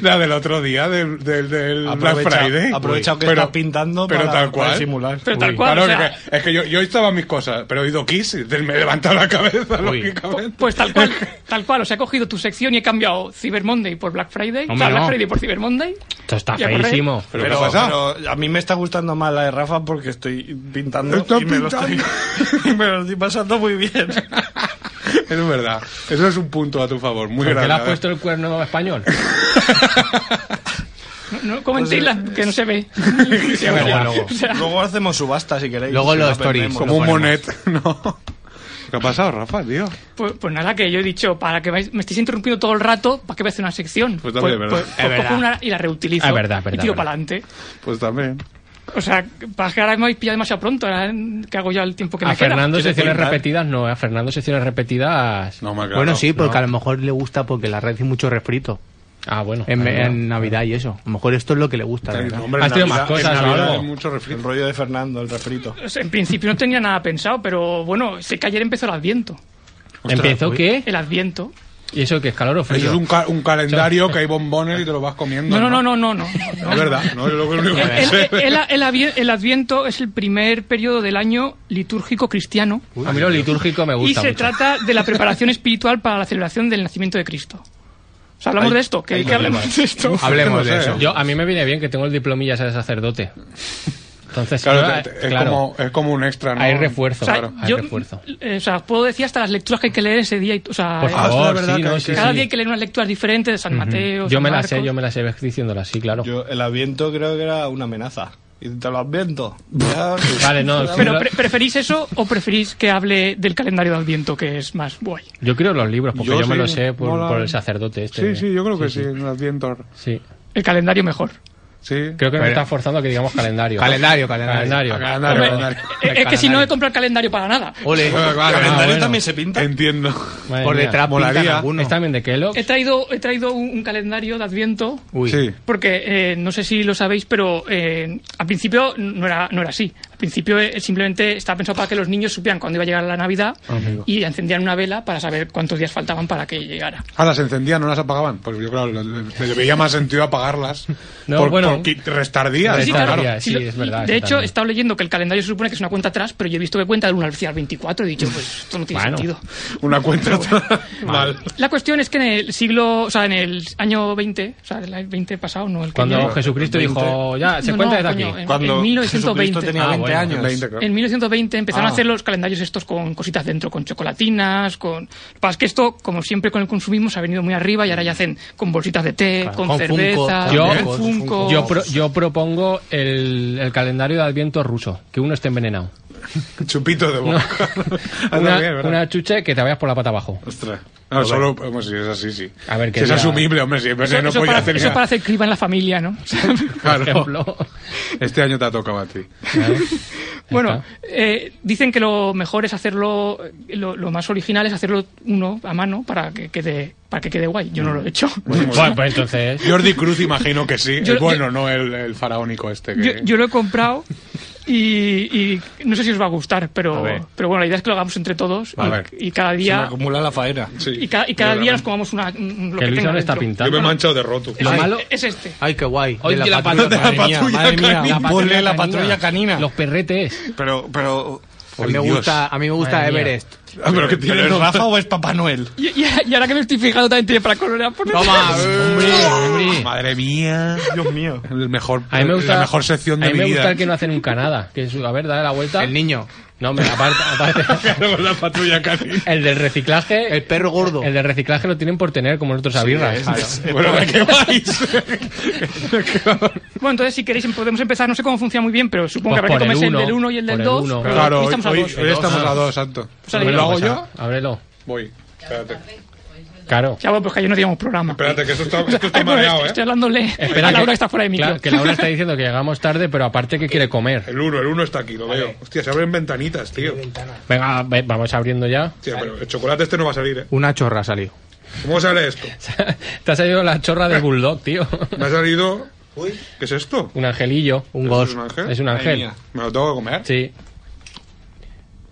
C: la del otro día, del, del, del Black
F: Aprovecha-
C: Friday.
F: aprovecha que estás pintando
C: pero
F: para-
C: tal cual.
F: para simular.
G: Pero tal
C: Uy.
G: cual,
C: Claro,
G: o sea-
C: es que, es que yo, yo estaba en mis cosas, pero he oído Kiss, y me he levantado la cabeza,
E: Uy.
G: Pu-
C: lógicamente.
G: Pues tal cual, tal cual. O sea, he cogido tu sección y he cambiado Cyber Monday por Black Friday. o sea,
E: Hombre,
G: Black
E: no.
G: Friday por Cyber Monday.
D: Esto está
G: Ya corre.
D: feísimo.
C: ¿Pero, qué ha pasado?
F: pero a mí me está gustando más la de Rafa porque estoy pintando
C: Estás
F: y me lo, estoy, me lo estoy pasando muy bien.
C: Es verdad. Eso es un punto a tu favor, muy
D: ¿Por
C: grande.
D: qué le has
C: ¿eh?
D: puesto el cuerno español?
G: No, no
C: Pues,
G: comentéis
C: eh,
G: las que no se ve.
D: Ya verás.
G: O sea,
F: Luego hacemos subasta si queréis.
E: Luego
F: Si
E: los
F: la
E: stories.
F: vendemos.
C: Como un monet, ¿no? ¿Qué ha pasado, Rafa, tío?
G: Pues, pues nada, que yo he dicho, para que vais- me estéis interrumpiendo todo el rato, ¿para qué voy a hacer una sección?
C: Pues también, es verdad. Es
G: cojo
C: verdad.
G: una y la reutilizo.
C: Es verdad,
G: y
C: verdad,
G: tiro
C: verdad.
G: para adelante.
C: Pues también.
G: O sea, para que ahora me habéis pillado demasiado pronto, ahora que hago ya el tiempo que
D: A
G: me queda.
D: Fernando secciones repetidas no, a Fernando secciones repetidas.
E: Bueno, sí, porque a
D: No.
E: lo mejor le gusta porque la red hace mucho refrito.
D: Ah, bueno.
E: En,
D: ahí va.
E: en Navidad y eso. A lo mejor esto es lo que le gusta. de verdad.
D: Hombre, Has en tenido Navidad- más cosas, en Navidad ¿no? hay
C: mucho refrito.
F: El rollo de Fernando, el refrito.
G: O sea, En principio no tenía nada pensado, pero bueno, sé que ayer empezó el Adviento.
D: ¿Empezó
C: uy.
D: qué?
G: El Adviento.
D: ¿Y eso qué es calor o frío?
C: Eso es un, ca- un calendario que hay bombones y te lo vas comiendo.
G: No, no, no, no, no. no.
C: Es verdad, no, yo lo único que
G: El,
C: sé.
G: el- el- el avie- el Adviento es el primer periodo del año litúrgico cristiano
D: a mí lo litúrgico me
G: y
D: gusta
G: se
D: mucho.
G: trata de la preparación espiritual para la celebración del nacimiento de Cristo. O sea, hablamos
D: Ay,
G: de esto, que,
D: ay,
G: que hablemos de esto.
D: Hablemos de
C: No sé.
D: eso. Yo, a mí me viene bien que tengo el diplomilla de sacerdote. Entonces,
C: Claro,
D: yo,
C: te- te- es,
D: claro,
C: como, es como un extra, ¿no?
D: hay refuerzo.
G: O sea,
D: claro, hay
G: yo-
D: refuerzo.
G: eh, o sea, puedo decir hasta las lecturas que hay que leer ese día. y- o sea,
D: Por
G: eh,
D: favor,
F: es verdad
D: sí,
F: que
D: no,
F: hay
D: sí,
F: que-
G: cada
D: sí.
G: día hay que leer unas lecturas diferentes de San Mateo.
D: Yo
G: San
D: me la sé,
G: Marcos.
D: yo me la sé ves diciéndola así, claro.
F: Yo, el adviento creo que era una amenaza. ¿Y te lo adviento? pues,
D: Vale, no,
G: Pero pre- ¿preferís eso o preferís que hable del calendario de Adviento, que es más guay?
D: Yo creo los libros, porque
C: Yo
D: yo, me
C: sí,
D: lo sé por,
C: mola.
D: por el sacerdote este.
C: Sí, sí, yo creo que sí,
D: Sí,
C: en el Adviento.
D: sí.
G: El calendario mejor.
C: Sí.
D: Creo que
C: Pero-
D: me está forzando a que digamos calendario.
E: Calendario, calendario.
D: Calendario.
C: Calendario,
D: Hombre,
C: calendario.
G: Eh, Es que si no he comprado el calendario para nada.
E: Ole. Ah,
F: calendario
D: bueno.
F: también se pinta?
C: Entiendo.
D: Madre
E: Por
D: mía.
E: detrás pintan
C: Molaría.
E: alguno.
D: ¿Es también de Kellogg?
G: He traído, he traído un, un calendario de Adviento
E: Uy.
C: Sí.
G: porque eh, no sé si lo sabéis, pero eh, al principio no era, no era así. Al principio eh, simplemente estaba pensado para que los niños supieran cuándo iba a llegar la Navidad y encendían una vela para saber cuántos días faltaban para que llegara.
C: Ah, las encendían, no las apagaban. Pues yo, claro, le, le- le veía más sentido apagarlas.
D: No,
C: por,
D: bueno.
C: por qui- restar días.
G: Sí,
D: Restar
C: claro.
D: días. sí,
G: lo-
D: es verdad, eso
G: De hecho,
D: también.
G: he estado leyendo que el calendario se supone que es una cuenta atrás, pero yo he visto que cuenta del 1 al 100 al 24 y he dicho, pues esto no tiene
D: Bueno.
G: sentido.
C: Una cuenta mal.
G: La cuestión es que en el siglo, o sea, en el año 20, o sea, el 20 pasado, no el que
D: Cuando
G: viene.
D: Jesucristo dijo, ya, se
G: No,
D: cuenta
G: no,
D: desde
G: coño,
D: aquí.
G: en-
F: Cuando
G: en 1920.
F: Jesucristo tenía
D: Ah,
F: 20
D: bueno,
F: años.
C: 20, claro.
G: En 1920 empezaron
F: Ah.
G: a hacer los calendarios estos con cositas dentro, con chocolatinas, con... Pasa es que esto, como siempre con el consumismo, se ha venido muy arriba y ahora ya hacen con bolsitas de té, con,
E: con
G: cerveza,
E: Funko,
D: también.
G: con Funko...
D: Yo, pro- yo propongo el, el calendario de Adviento ruso, que uno esté envenenado.
C: Chupito de boca. Anda
D: Una,
C: Ah, bien, ¿verdad?
D: una chuche que te vayas por la pata abajo.
C: Ostras. No, solo, bueno, si es así, sí.
D: A ver, que
C: Si es
D: ya-
C: asumible, hombre, si
G: Eso,
C: no
G: eso
C: podía
G: para,
C: hacer
G: eso
C: ya.
G: para hacer criba en la familia, ¿no?
C: Claro.
D: Por ejemplo.
C: Este año te ha tocado a ti.
G: Bueno, eh, dicen que lo mejor es hacerlo, lo, lo más original es hacerlo uno a mano para que quede, para que quede guay. Yo no lo he hecho.
D: Bueno, pues entonces...
C: Jordi Cruz, imagino que sí.
G: Yo-
C: el bueno, no el, el faraónico este.
G: Yo,
C: Que...
G: yo lo he comprado y, y no sé si os va a gustar,
C: A
G: pero,
C: ver.
G: pero bueno, la idea es que lo hagamos entre todos
C: A ver.
G: y, y cada día
F: acumula la faena.
C: Sí,
G: y, ca- y cada
C: yo
G: día nos
C: también.
G: comamos una, un- lo
D: Que
G: que
D: Luis
G: tenga
D: ahora está
C: Yo me
G: dentro.
C: he
D: pintando.
C: manchado de roto.
D: Lo
G: Es-
D: malo-
G: Es este.
E: Ay, qué guay.
D: Oye, la
E: patrulla.
D: patrulla-
E: madre mía,
C: patrulla
E: madre mía.
C: canina.
E: La patrulla
F: Ponle la
E: canina.
F: patrulla canina.
D: Los perretes.
F: Pero, pero...
E: A mí me
C: Ay, Dios.
E: gusta, a mí me gusta
D: Madre mía.
E: Everest.
C: Ah, pero que
F: ¿Pero
C: tiene
F: es Rafa o es Papá Noel?
G: Y, y- y ahora que me estoy fijando también tiene para colorear. por detrás.
E: Toma, hombre.
D: Hombre.
C: Madre mía.
F: Dios mío.
C: El mejor,
D: A mí me gusta,
C: la mejor sección de
D: a mí
C: mi
D: me gusta
C: vida.
D: el que no hacen un canada. Que es, a ver, dale la vuelta.
E: El niño.
D: No, hombre, aparte, aparte-
C: Con la patrulla canina.
D: el del reciclaje.
E: El perro gordo.
D: El del reciclaje lo tienen por tener, como nosotros a birras.
C: Bueno, ¿de qué vais?
G: Bueno, entonces si queréis podemos empezar, no sé cómo funciona muy bien, pero supongo
D: Pues
G: que habrá que
D: por el
G: comerse el,
D: uno,
G: del 1 y el
D: por
G: del
D: el
G: 2.
D: uno.
C: Claro, hoy,
G: hoy estamos a
C: hoy-
G: dos.
C: hoy estamos a dos, santo.
G: sea,
C: ¿Me
G: yo-
C: lo hago
D: Pues,
C: yo?
D: a- Ábrelo.
C: Voy. Espérate.
D: Claro.
G: Ya, bueno, pues que ayer no teníamos programa.
C: Espérate, que esto está, esto está
G: Ay, bueno,
C: mareado,
G: estoy,
C: ¿eh?
G: estoy hablándole
D: Espera
G: a Laura
D: que-
G: que está fuera de micro.
D: Claro, que Laura está diciendo que llegamos tarde, pero aparte que quiere comer.
C: El uno, el uno está aquí, lo veo. Hostia, se abren ventanitas, tío.
D: Venga, ve- vamos abriendo ya.
C: Hostia, pero el chocolate este no va a salir, ¿eh?
E: Una chorra salió.
C: ¿Cómo sale esto?
D: Te ha salido la chorra de Bulldog, tío.
C: Me ha salido... ¿Qué es esto?
D: Un angelillo.
E: Un
C: ¿Es
E: ghost.
C: un ángel?
D: Es un ángel.
F: mía.
C: ¿Me lo tengo que comer?
D: Sí.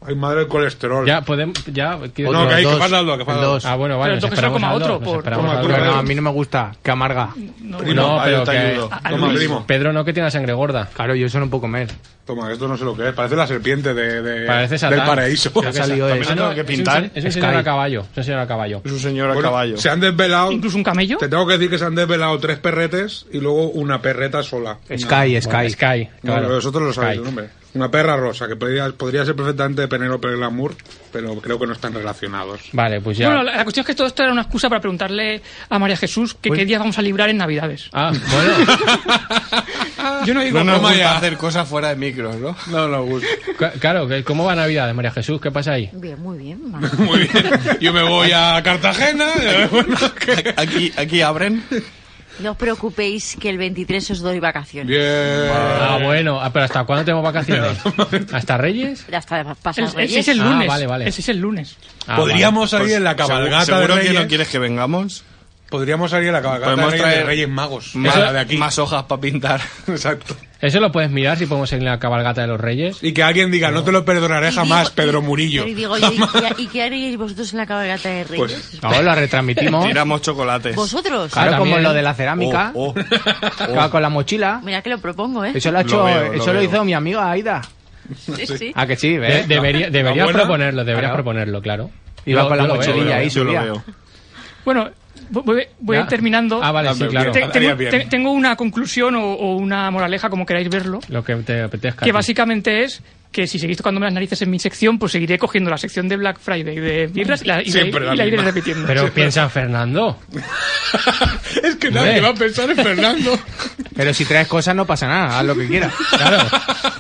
C: Ay, madre, el colesterol.
D: Ya podemos. Ya. ¿quieres-
C: No,
E: Otro,
C: que hay que
E: dos.
C: pararlo, que
E: El
C: pararlo.
E: dos.
D: Ah, bueno, vale.
G: Pero
D: nos
G: entonces no
D: esperamos
G: coma
D: al dos,
G: otro,
D: nos
G: por-
D: esperamos
C: coma
D: al
C: tú,
D: dos.
E: Pero no,
C: Pedro.
E: a mí no me gusta. Que amarga.
C: Primo,
D: No,
F: Ahí
D: pero
F: te
D: que.
F: ayudo.
G: a
C: Toma,
G: Luis.
C: primo.
D: Pedro no que tiene la sangre gorda.
E: Claro, yo eso no puedo comer.
C: Toma, esto no sé lo que es. Parece la serpiente de, de-
D: Parece Satán.
C: del paraíso.
D: Creo que
E: Ha salido
D: es-
E: ese.
D: Ah, no,
F: Tengo que
D: es un
F: pintar.
D: se- Es un señor
E: Sky.
D: a caballo. Es un señor a caballo.
F: Es un señor a
C: Bueno,
F: caballo.
C: Se han desvelado...
G: Incluso un camello.
C: Te tengo que decir que se han desvelado tres perretes y luego una perreta sola.
E: Sky, Sky.
D: Bueno, Sky.
C: No,
D: claro.
C: pero vosotros lo
D: Sky.
C: sabéis, hombre. Una perra rosa, que podría, podría ser perfectamente Penélope Glamour, pero creo que no están relacionados.
D: Vale, pues ya.
G: Bueno, la, la cuestión es que todo esto era una excusa para
C: Pues-
G: preguntarle a María Jesús que qué días vamos a librar en Navidades.
D: Ah, bueno.
G: Yo no digo
J: no nos
G: broma
J: gusta
G: ya.
J: hacer cosas fuera de micros, ¿no?
C: No nos gusta.
D: Claro, que- ¿cómo va Navidad de María Jesús? ¿Qué pasa ahí?
K: Bien, muy bien. ma.
C: Yo me voy a Cartagena.
J: aquí, aquí abren.
K: No os preocupéis que el 23 os doy vacaciones.
D: Ah, bueno. Ah, pero ¿hasta cuándo tenemos vacaciones? ¿Hasta Reyes?
K: Ya está,
G: El-
K: pasar
G: ese es el
D: Ah,
G: lunes.
D: vale, vale.
G: Ese es el lunes.
D: Ah,
C: Podríamos
D: vale.
C: salir en
E: Pues
C: la cabalgata
J: seguro
C: de
J: que
C: Reyes.
J: no quieres que vengamos.
C: Podríamos salir en la cabalgata de
J: Podemos
C: Reyes,
J: traer
C: de Reyes Magos.
J: Más,
C: la de aquí.
J: más hojas para pintar.
C: Exacto.
D: Eso lo puedes mirar si podemos ir en la cabalgata de los Reyes.
C: Y que alguien diga, no te lo perdonaré
K: Y
C: jamás,
K: digo-
C: Pedro Murillo.
K: Pero y digo, oye, ¿y, y- y qué haríais vosotros en la cabalgata de Reyes?
C: Pues,
E: Ahora la retransmitimos.
J: Tiramos chocolates.
K: ¿Vosotros?
E: Claro,
D: Ah,
E: como
C: ¿eh?
D: también.
E: lo de la cerámica.
J: Oh, oh, oh.
E: claro, con la mochila.
K: Mira que lo propongo, ¿eh?
E: Eso lo, ha
J: Lo
E: hecho,
J: veo, lo
E: eso lo,
J: veo. ¿Eh?
E: hizo mi amiga Aida.
K: Sí, sí.
E: Ah, que sí,
D: De-
E: ¿ves?
D: debería, deberías
C: buena?
D: proponerlo, deberías
E: Claro.
D: proponerlo, claro.
E: Iba
D: Yo-
E: con la
D: yo lo veo,
E: mochililla
D: yo lo
E: ahí,
D: veo.
J: Yo lo
E: subía.
J: veo.
G: Bueno, voy, voy a ir
D: Ya.
G: terminando.
D: Ah, vale,
C: Ah,
D: sí,
C: pero
D: claro.
G: Te-
C: bien.
G: tengo,
C: Estaría
G: te- tengo una conclusión o, o una moraleja, como queráis verlo,
D: Lo que te apetezca.
G: que
D: a ti.
G: básicamente es que si seguís tocándome las narices en mi sección, pues seguiré cogiendo la sección de Black Friday de birras y la, y la-
C: Siempre la
G: y la iré
C: misma.
G: repitiendo.
D: Pero piensa en Fernando.
C: es que nadie
D: Hombre.
C: va a pensar en Fernando.
E: Pero si traes cosas no pasa nada, haz lo que quieras.
D: Claro.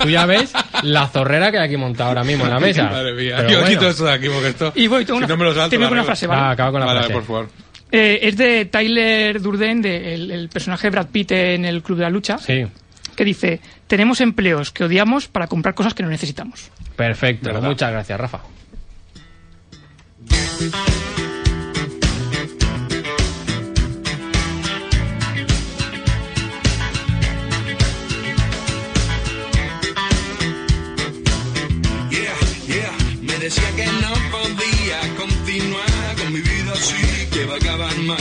D: Tú ya ves la zorrera que hay aquí montada ahora mismo en la mesa.
C: Madre mía.
D: Pero
C: Yo
D: bueno.
C: quito esto de aquí porque esto.
G: Y voy, tengo
C: si
G: una-
C: no me lo salto, la Ah.
G: termino con una
C: regla.
G: frase, ¿vale?
D: Va, acaba con la
C: Vale,
D: frase.
C: por favor.
G: Eh, es de Tyler Durden, de el, el personaje de Brad Pitt en El Club de la Lucha,
D: Sí,
G: que dice, tenemos empleos que odiamos para comprar cosas que no necesitamos.
D: perfecto. Muchas gracias, Rafa.
L: Yeah, yeah. Me decía que no podía continuar con mi vida así, que va a acabar mal.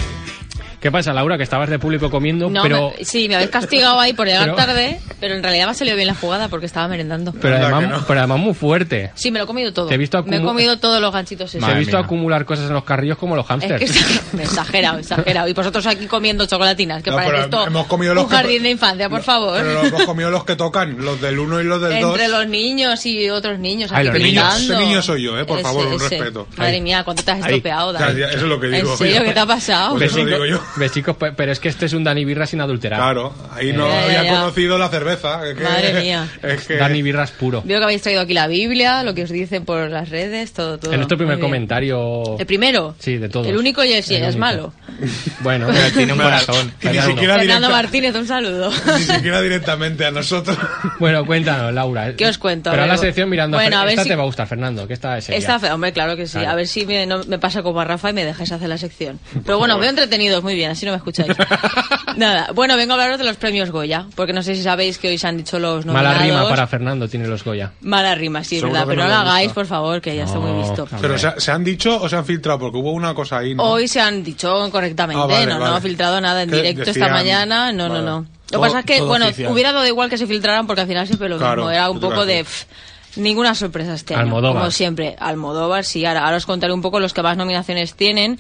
D: ¿Qué pasa, Laura? Que estabas de público comiendo,
I: No,
D: pero,
I: me- sí, me habéis castigado ahí por llegar
D: Pero-
I: tarde, pero en realidad me ha salido bien la jugada porque estaba merendando.
D: pero,
C: Anda,
D: además,
C: que no.
D: pero además muy fuerte.
I: Sí, me lo he comido todo.
D: Te he visto
I: me he
D: acumu-
I: comido todos los ganchitos esos.
D: Te he visto
E: mía.
D: acumular cosas en los carrillos como los
I: Es
D: hámsters.
I: que está- exagerado, exagerado. Y vosotros aquí comiendo chocolatinas, que
C: No,
I: parece
C: pero
I: esto
C: hemos comido los
I: un
C: que-
I: jardín de infancia, por favor.
C: Pero los hemos comido los que tocan, los del 1 y los del 2.
I: Entre los niños y otros niños.
E: Ay,
I: aquí
E: los niños.
I: pintando.
C: Ese niño soy yo, eh, por
I: Ese,
C: favor, un
I: ese.
C: respeto.
I: Madre
C: Ahí.
I: mía, cuánto te has
E: Ahí.
I: estropeado,
C: O sea,
I: Dani.
C: ya, eso es lo que digo.
I: ¿En serio?
C: Oye,
I: ¿Qué te ha pasado?
C: Pues eso digo yo.
D: Ves, chicos, pe- pero es que este es un Dani Birras sin adulterar.
C: Claro, ahí no
I: Ya, ya,
C: había
I: ya.
C: conocido la cerveza. es que-
I: Madre mía.
C: Es que,
D: Dani Birras puro.
I: Veo que habéis traído aquí la Biblia, lo que os dicen por las redes, todo, todo.
D: En nuestro primer
I: Muy bien.
D: comentario.
I: ¿El primero?
D: Sí, de todos.
I: El único y el, sí,
D: El
I: es
D: único.
I: malo.
D: Bueno,
E: Tiene un corazón.
C: y ni
D: Fernando.
C: siquiera,
I: Fernando
C: directa-
I: Martínez, un saludo.
C: ni siquiera directamente a nosotros.
D: bueno, cuéntanos, Laura.
I: ¿Qué os cuento?
D: Pero a la
I: Amigo.
D: sección mirando
I: Bueno,
D: a
I: a
D: Fer-
I: ver
D: Esta
I: si-
D: te va a gustar, Fernando, que esta es seria.
I: Está fe- hombre, claro que sí.
D: Claro.
I: A ver si me, no- me pasa como a Rafa y me dejáis hacer la sección. Pero bueno, veo entretenidos, muy bien, así no me escucháis. Nada, bueno, vengo a hablaros de los premios Goya, porque no sé si sabéis que hoy se han dicho los nominados.
D: Mala rima para Fernando tiene los Goya.
I: Mala rima, sí, es
J: Seguro
I: verdad.
J: que
I: Pero
J: no
I: no
J: le
I: la
J: gusta.
I: hagáis, por favor, que ya está muy
D: No,
I: visto.
D: claro.
C: Pero ¿se, se han dicho o se han filtrado? Porque hubo una cosa ahí, ¿no?
I: Hoy se han dicho correctamente,
C: Ah, vale,
I: no, no
C: vale.
I: ha filtrado nada en
C: Que
I: directo esta
C: decían-
I: mañana, no,
C: vale.
I: no, no. Lo
J: Todo-
I: que pasa es que,
J: todo
I: bueno,
J: oficial.
I: hubiera dado igual que se filtraran porque al final siempre lo
C: Claro,
I: mismo, era un
C: yo
I: poco
C: creo
I: de
C: que
I: pff, ninguna sorpresa este año,
D: Almodóvar.
I: como siempre. Almodóvar, sí, ahora, ahora os contaré un poco los que más nominaciones tienen.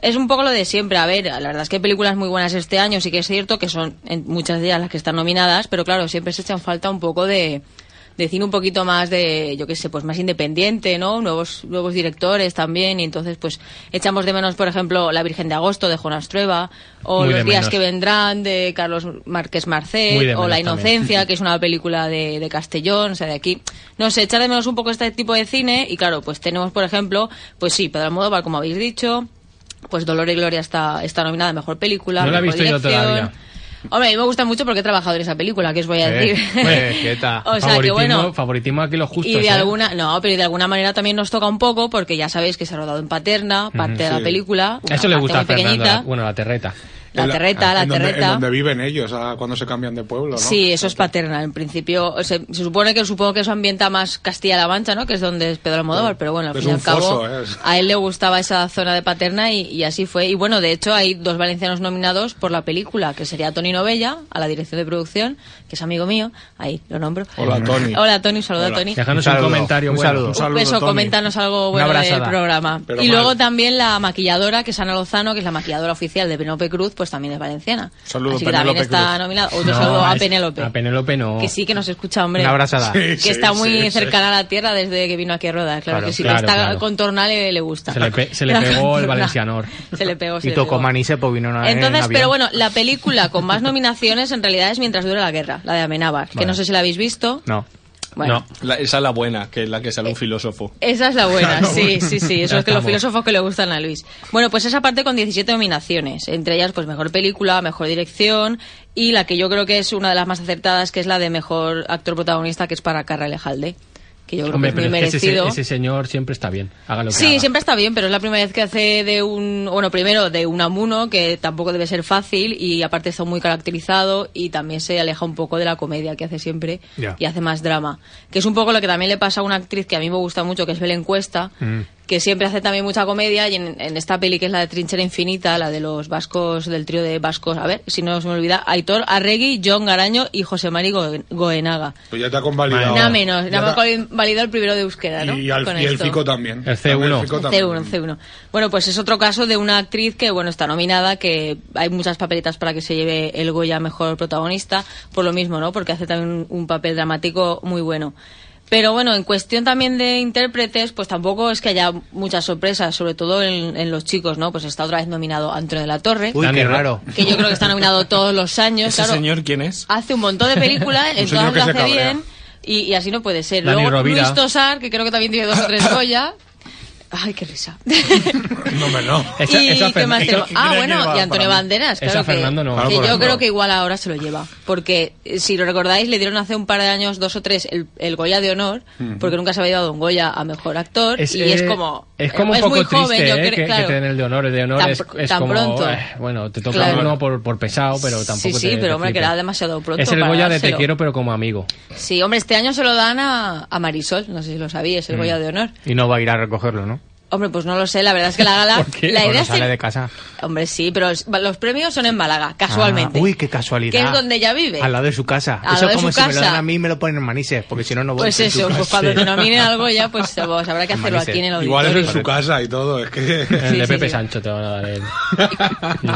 I: Es un poco lo de siempre, a ver, la verdad es que hay películas muy buenas este año, sí que es cierto que son en muchas de ellas las que están nominadas, pero claro, siempre se echan falta un poco de, de cine un poquito más de, yo qué sé, pues más independiente, ¿no? Nuevos, nuevos directores también, y entonces pues echamos de menos, por ejemplo, La Virgen de Agosto de Jonas Trueba, o
D: Muy de
I: Los días
D: menos.
I: que vendrán de Carlos Márquez
D: Muy de
I: Marcel, o
D: menos
I: La
D: también.
I: Inocencia, que es una película de, de Castellón, o sea, de aquí. No sé, echar de menos un poco este tipo de cine, y claro, pues tenemos, por ejemplo, pues sí, Pedro Almodóvar, como habéis dicho, pues Dolor y Gloria está, está nominada a Mejor Película,
D: No la he
I: Mejor
D: visto yo
I: Dirección.
D: todavía.
I: Hombre, a mí me gusta mucho porque he trabajado en esa película, que os voy a
E: Eh,
I: decir.
E: eh, ¿qué tal?
I: o sea que
D: favoritismo,
I: bueno,
D: favoritismo aquí los justos.
I: y de
D: ¿eh?
I: alguna, no, pero de alguna manera también nos toca un poco, porque ya sabéis que se ha rodado en Paterna, parte de la película. una
D: Eso le
I: parte
D: gusta
I: muy
D: a Fernando,
I: Ah, pequeñita.
D: la- bueno, la terreta.
I: la,
C: En
I: terreta, la
C: en donde-
I: terreta.
C: en donde viven ellos, ah, cuando se cambian de pueblo, ¿no?
I: Sí, eso es paterna. En principio, o sea, se, supone que supongo que eso ambienta más Castilla-La Mancha, ¿no? Que es donde es Pedro Almodóvar, pero bueno, al
C: Es
I: fin y
C: un
I: al cabo,
C: foso, ¿eh? Es-
I: a él le gustaba esa zona de paterna y, y así fue. Y bueno, de hecho, hay dos valencianos nominados por la película, que sería Tony Novella, a la dirección de producción, que es amigo mío, ahí lo nombro.
J: Hola, Tony.
I: Hola, Tony, saluda a Tony.
D: Déjanos
E: Un
D: un,
E: saludo,
D: comentario
E: un
D: bueno.
E: saludo.
I: Un beso,
J: Tony.
I: coméntanos algo
E: Una
I: bueno del
E: abrazada.
I: programa.
C: Pero
I: y
C: mal.
I: luego también la maquilladora, que es Ana Lozano, que es la maquilladora oficial de Penope Cruz, pues pues también es valenciana.
D: Saludo,
I: Así que también
D: Penélope
I: está
D: Cruz.
I: nominada. Otro
D: No,
I: saludo a
D: es-
I: Penélope.
D: A Penélope no.
I: Que sí, que nos escucha, hombre.
D: Una abrazada. Sí,
I: que
D: sí,
I: está muy
D: sí, sí.
I: cercana a la tierra desde que vino aquí a rodar. Claro,
D: Claro,
I: que sí,
D: claro,
I: que está
D: claro.
I: contornal le, le gusta.
D: Se le, pe- se le
I: La
D: pegó el
I: contornal.
D: valencianor.
I: Se le pegó, se
E: Y
I: le
E: tocó
I: pegó.
E: Manises porque
D: ¿eh?
E: vino una en
I: Entonces,
E: avión.
I: pero bueno, la película con más nominaciones en realidad es Mientras dura la guerra, la de Amenábar, que
J: Vale.
I: no sé si la habéis visto.
E: No.
I: Bueno.
J: La- esa es la buena, que es la que sale un filósofo.
I: Esa es la
D: Ah,
I: buena,
J: Claro.
I: sí, sí, sí. Eso
J: Ya
I: es que los
J: estamos.
I: filósofos que le gustan a Luis. Bueno, pues esa parte con 17 nominaciones. Entre ellas, pues mejor película, mejor dirección y la que yo creo que es una de las más acertadas, que es la de mejor actor protagonista, que es para Carra Lejalde. Que yo creo
D: Hombre,
I: que es
D: pero
I: muy
D: es que ese,
I: merecido.
D: ese señor siempre está bien. Haga lo que
I: Sí,
D: haga.
I: siempre está bien, pero es la primera vez que hace de un, bueno, primero de un amuno, que tampoco debe ser fácil, y aparte está muy caracterizado y también se aleja un poco de la comedia que hace siempre
M: Ya.
I: y hace más drama. Que es un poco lo que también le pasa a una actriz que a mí me gusta mucho, que es Belén Cuesta,
C: Mm.
I: que siempre hace también mucha comedia y en, en esta peli que es la de Trinchera Infinita, la de los vascos, del trío de vascos, a ver, si no se me olvida, Aitor Arregui, John Garaño y José Mari Go- Goenaga.
C: Pues ya te ha convalidado.
I: Nada menos,
C: Ya
I: nada
C: te ha-
I: más válido el primero de Euskera, ¿no?
C: Y, al-
I: Con
C: y el
I: esto.
C: Fico también.
D: El C1.
C: Fico también.
I: C1, C1. Bueno, pues es otro caso de una actriz que, bueno, está nominada, que hay muchas papeletas para que se lleve el Goya a mejor protagonista, por lo mismo, ¿no? Porque hace también un, un papel dramático muy bueno. Pero bueno, en cuestión también de intérpretes, pues tampoco es que haya muchas sorpresas, sobre todo en, en los chicos, ¿no? Pues está otra vez nominado Antonio de la Torre.
J: Uy, qué raro.
I: Que yo creo que está nominado todos los años,
J: ¿Ese
I: claro.
J: señor quién es?
I: Hace un montón de películas,
J: Un
I: en
J: señor
I: todas
J: que
I: lo
J: se
I: hace
J: cabrea.
I: bien, y, y así no puede ser.
J: Dani
I: Luego,
J: Rovira.
I: Luis Tosar, que creo que también tiene dos o tres Goya. Ay, qué risa.
C: No, hombre, no.
I: ¿Y qué más tenemos? Ah, bueno, y Antonio Banderas, claro que, que yo creo que igual ahora se lo lleva. Porque, eh, si lo recordáis, le dieron hace un par de años, dos o tres, el, el Goya de honor,
D: Ujú.
I: porque nunca se había dado un Goya a Mejor Actor, y
D: eh,
I: es como...
D: Es como
I: es
D: un poco
I: muy
D: triste
I: joven, yo
D: eh,
I: creo,
D: que, que
I: claro.
D: te den el de honor. El de honor
I: Tan
D: es,
I: pr-
D: es
I: tan
D: como.
I: pronto.
D: eh, bueno, te toca
I: Claro.
D: uno por, por pesado, pero
I: Sí,
D: tampoco.
I: sí,
D: te- te
I: pero hombre, que
D: flipes.
I: era demasiado pronto
D: Es el
I: para
D: Goya de te
I: dárselo.
D: quiero, pero como amigo.
I: Sí, hombre, este año se lo dan a, a Marisol, no sé si lo sabíais, el
E: Mm.
I: Goya de honor.
E: Y no va a ir a recogerlo, ¿no?
I: Hombre, pues no lo sé, la verdad es que la gala...
E: ¿Por qué?
I: La
E: Porque
I: idea es...
E: sale
I: ten-
E: de casa.
I: Hombre, sí, pero es- los premios son en Málaga, casualmente.
E: Ah, uy, qué casualidad.
I: Que es donde ella vive.
E: Al lado de su casa.
I: Al
E: eso
I: lado de
E: es como
I: su
E: si me lo
I: casa.
E: dan a mí y me lo ponen en manises, porque si no, no voy
I: Pues
E: En su
I: eso, pues
E: casa.
I: cuando
E: Sí.
I: te nominen al Goya, pues, pues habrá que hacerlo aquí en el auditorio.
C: Igual es en su casa y todo. Es que.
D: El de Pepe Sancho te van a dar el.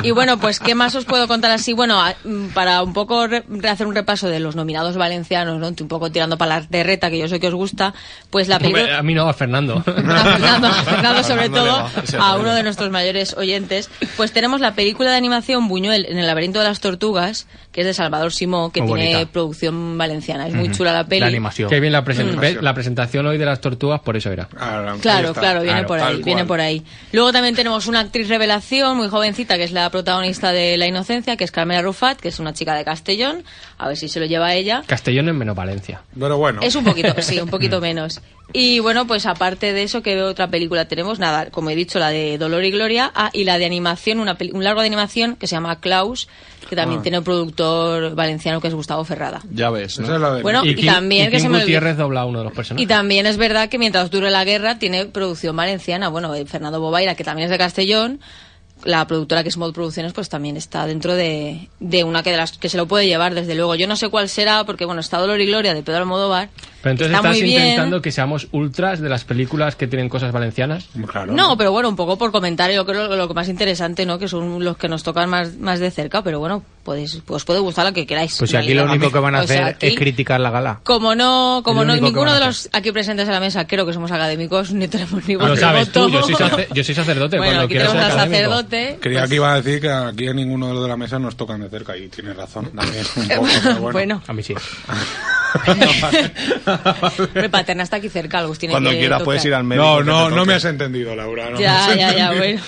I: Y bueno, pues ¿qué más os puedo contar así? Bueno, a- mm, para un poco re- hacer un repaso de los nominados valencianos, ¿no? Un poco tirando para la terreta, que yo sé que os gusta, pues la película...
D: Hombre, A mí no, a Fernando.
I: Fernando, Fernando, sobre
D: Fernando
I: todo
D: Lema, ese
I: a
D: Fernando.
I: uno de nuestros mayores oyentes, pues tenemos la película de animación Buñuel en el laberinto de las tortugas, que es de Salvador Simó, que
D: Muy
I: tiene
D: bonita.
I: producción valenciana. Es muy
E: Mm,
I: chula la peli.
D: Qué bien la, presen-
I: Mm.
D: ve- la presentación hoy de las tortugas, por eso era.
C: Ah,
I: Claro, claro, viene por ahí, viene por ahí. Luego también tenemos una actriz revelación muy jovencita que es la protagonista de La Inocencia, que es Carmela Rufat, que es una chica de Castellón. A ver si se lo lleva ella.
D: Castellón en menos Valencia.
C: Pero bueno.
I: Es un poquito, sí, un poquito
D: Mm.
I: menos. Y bueno, pues aparte de eso, ¿qué otra película tenemos? Nada, como he dicho, la de Dolor y Gloria ah, y la de animación, una peli- un largo de animación que se llama Klaus, que también
J: Ah.
I: tiene un productor valenciano que es Gustavo Ferrada.
J: Ya ves, ¿no?
I: Bueno, y
D: Kim-
I: también que
D: Kim
I: se me olvide-
D: Gutiérrez dobla a uno de los personajes.
I: Y también es verdad que mientras dure la guerra tiene producción valenciana. Bueno, eh, Fernando Bobaira, que también es de Castellón, la productora que es Mod Producciones, pues también está dentro de, de una que, de las, que se lo puede llevar, desde luego. Yo no sé cuál será, porque bueno, está Dolor y Gloria de Pedro Almodóvar.
D: Pero entonces
I: Está
D: estás
I: muy bien.
D: intentando que seamos ultras de las películas que tienen cosas valencianas.
C: Pues Claro.
I: No, pero bueno, un poco por comentario, yo creo lo, lo que más interesante, ¿no? Que son los que nos tocan más, más de cerca, pero bueno, podéis, pues puede gustar la que queráis.
E: Pues si
I: en
E: aquí lo
I: realidad.
E: único que van a
I: O sea,
E: hacer
I: aquí-
E: es criticar la gala.
I: Como no, como
E: Es lo
I: no
E: único que
I: ninguno
E: van a
I: de los aquí presentes en la mesa creo que somos académicos, ni tenemos ni voz
D: Lo
I: ni
D: sabes tú,
I: voto.
D: yo soy, sace- yo soy sacerdote.
I: Bueno,
D: cuando
I: aquí
D: quiero ser
I: tenemos al
D: académico.
I: sacerdote.
C: Creía que iba a decir que aquí a ninguno de los de la mesa nos tocan de cerca y tiene razón también. Un poco, pero bueno.
I: Bueno.
E: A mí sí.
I: Hombre, Paterna está aquí cerca, Agus tiene
C: Cuando
I: que
C: quieras puedes
I: tocar.
C: ir al
J: médico
C: No,
J: que te
C: no, no
J: toque.
C: me has entendido, Laura. no me has
I: Ya, ya, ya,
C: entendido.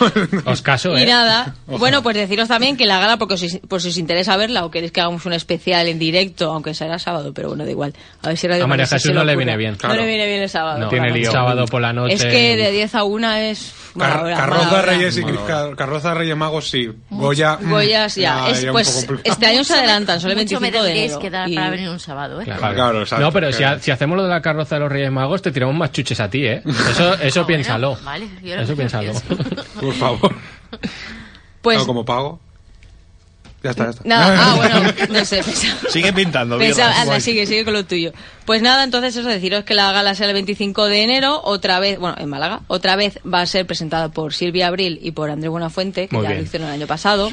I: bueno.
D: Os caso, ¿eh?
I: Y nada, bueno, pues deciros también que la gala, porque si, por si os interesa verla o queréis que hagamos un especial en directo, aunque será sábado, pero bueno, da igual. A ver si Radio
D: A María
I: Manises se
D: Jesús no le
I: ocurre.
D: viene bien.
I: No
D: Claro.
I: le viene bien el sábado.
D: No,
I: por la
D: tiene
I: noche.
D: lío. Sábado por la noche.
I: Es que de 10 a 1 es mala
C: Car-
I: hora, mala
C: Carroza
I: hora.
C: Reyes y car- Carroza Reyes Magos sí. Goya. mm,
I: Goyas ya.
C: ah,
I: Es,
C: ya un
I: pues
C: poco compli-
I: este año se adelantan, solo el
K: Mucho
I: 25
K: me
I: de
K: tendréis
I: enero.
K: que dar
I: Y-
K: para venir un sábado, ¿eh?
C: Claro, exacto,
D: no, pero si, ha-
C: claro.
D: si hacemos lo de la carroza de los Reyes Magos, te tiramos más chuches a ti, ¿eh? Eso,
I: Ah,
D: eso piénsalo.
K: Vale, yo lo
D: eso
K: que
D: piénsalo.
K: pienso.
C: Por favor.
I: Pues
C: Claro, como pago.
F: Ya está, ya está.
I: Nada, ah, bueno, no sé, pensaba-
F: Sigue pintando.
I: Pensaba- anda, sigue, sigue con lo tuyo. Pues nada, entonces eso, deciros que la gala será el 25 de enero, otra vez, bueno, en Málaga, otra vez va a ser presentada por Silvia Abril y por Andrés Buenafuente, que
J: Muy
I: ya lo
J: bien.
I: hicieron el año pasado.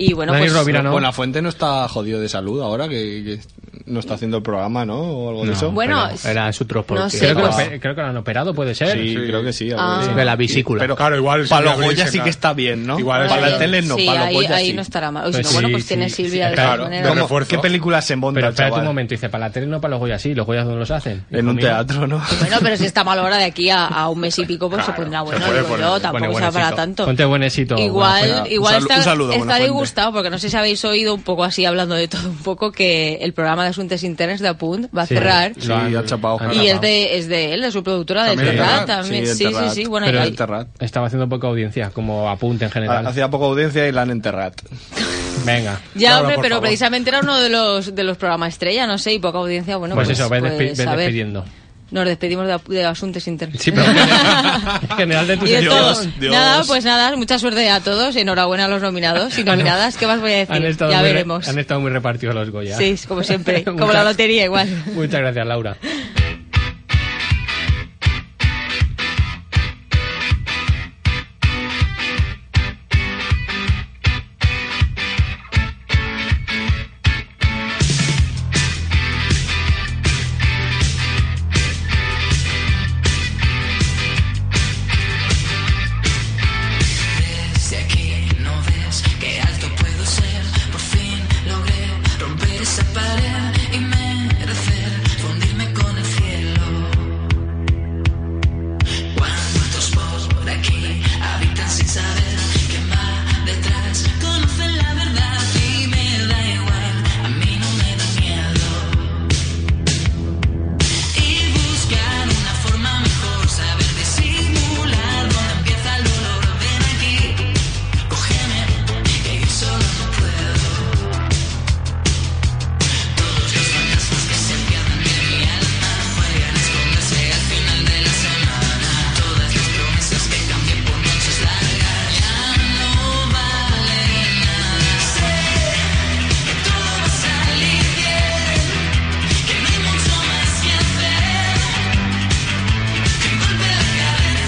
I: Y bueno,
J: Dani
I: pues...
J: Rovira, ¿no? Buenafuente no está jodido de salud ahora, que, que no está haciendo el programa, ¿no? O algo de eso.
I: Bueno, pero s-
J: era
E: su tropo.
I: no sé,
D: creo, que lo,
I: pues-
D: pe- creo que lo han operado, puede ser.
J: Sí, creo que sí.
I: Ah.
E: De la vesícula.
J: Pero
C: claro, igual.
J: Para los
C: Silvia Abril
J: Goya
C: se
J: sí
C: ca-
J: que está bien, ¿no?
C: Igual
J: para
C: es-
J: la tele no,
I: sí,
J: para los
I: ahí,
J: Goya
I: ahí
J: sí.
I: no estará mal. O si
D: Pues
I: no, bueno,
D: sí,
I: pues tiene
D: sí,
I: Silvia
D: sí,
I: de
D: claro.
I: todas maneras.
J: ¿Cómo- ¿Qué películas se montan,
D: Pero espérate
J: chaval?
D: un momento, dice, para la tele no, para los Goya sí, los Goya donde los hacen.
J: En un teatro, ¿no?
I: Bueno, pero si está mal hora de aquí a, a un mes y pico, pues se pondrá bueno.
D: puede
I: digo
D: poner-
I: yo,
D: se pone
I: tampoco será para
D: buenecito.
I: tanto.
D: Ponte buenecito,
I: Igual,
D: Buenafuente.
I: igual
D: Un salu-
I: está,
D: un saludo,
I: está
D: Buenafuente.
I: disgustado, porque no sé si habéis oído un poco así hablando de todo un poco, que el programa de Asuntos Internos de Apunt va a
D: Sí,
I: cerrar.
J: Sí, ha chapado.
I: Y es de, es de él, de su productora, de
J: También Terrat,
I: Terrat, también.
J: sí, de
I: Sí, sí,
J: Terrat.
I: sí. Bueno,
D: Pero
I: hay-
D: estaba haciendo poca audiencia, como apunte en general.
J: Ha- Hacía poca audiencia y la han enterrado.
D: Venga.
I: ya,
J: Laura,
I: hombre,
J: por
I: pero
J: favor.
I: precisamente era uno de los, de los programas estrella, no sé, y poca audiencia, bueno,
D: pues,
I: pues,
D: eso, ves, despe-
I: pues,
D: ves
I: a ver,
D: despidiendo.
I: Nos despedimos de, de Asuntos Internos.
D: Sí, pero en general de tu
I: Y de
D: sección.
I: todos. Nada, pues nada, mucha suerte a todos. Enhorabuena a los nominados y nominadas. ¿Qué más voy a
D: Han
I: decir?
D: estado,
I: Ya
D: muy,
I: veremos.
D: han estado muy repartidos los Goya.
I: Sí, como siempre. Como la
D: Muchas-
I: lotería, igual.
D: Muchas gracias, Laura.
L: Desde aquí no ves que alto puedo ser. Por fin logré romper esa pared y merecer fundirme con el cielo. ¿Cuántos por aquí habitan sin saber que más detrás conocen la verdad y me da igual? A mí no me da miedo. Y buscar una forma mejor, saber disimular dónde empieza el dolor. Ven aquí, cógeme, que yo solo no puedo. Todos los fantasmas que se pierden de mi alma juegan a esconderse al final de la semana. Todas las promesas que cambian por noches largas ya no valen nada. Sé que todo va a salir bien, que no hay mucho más que hacer. Que golpe la cabeza.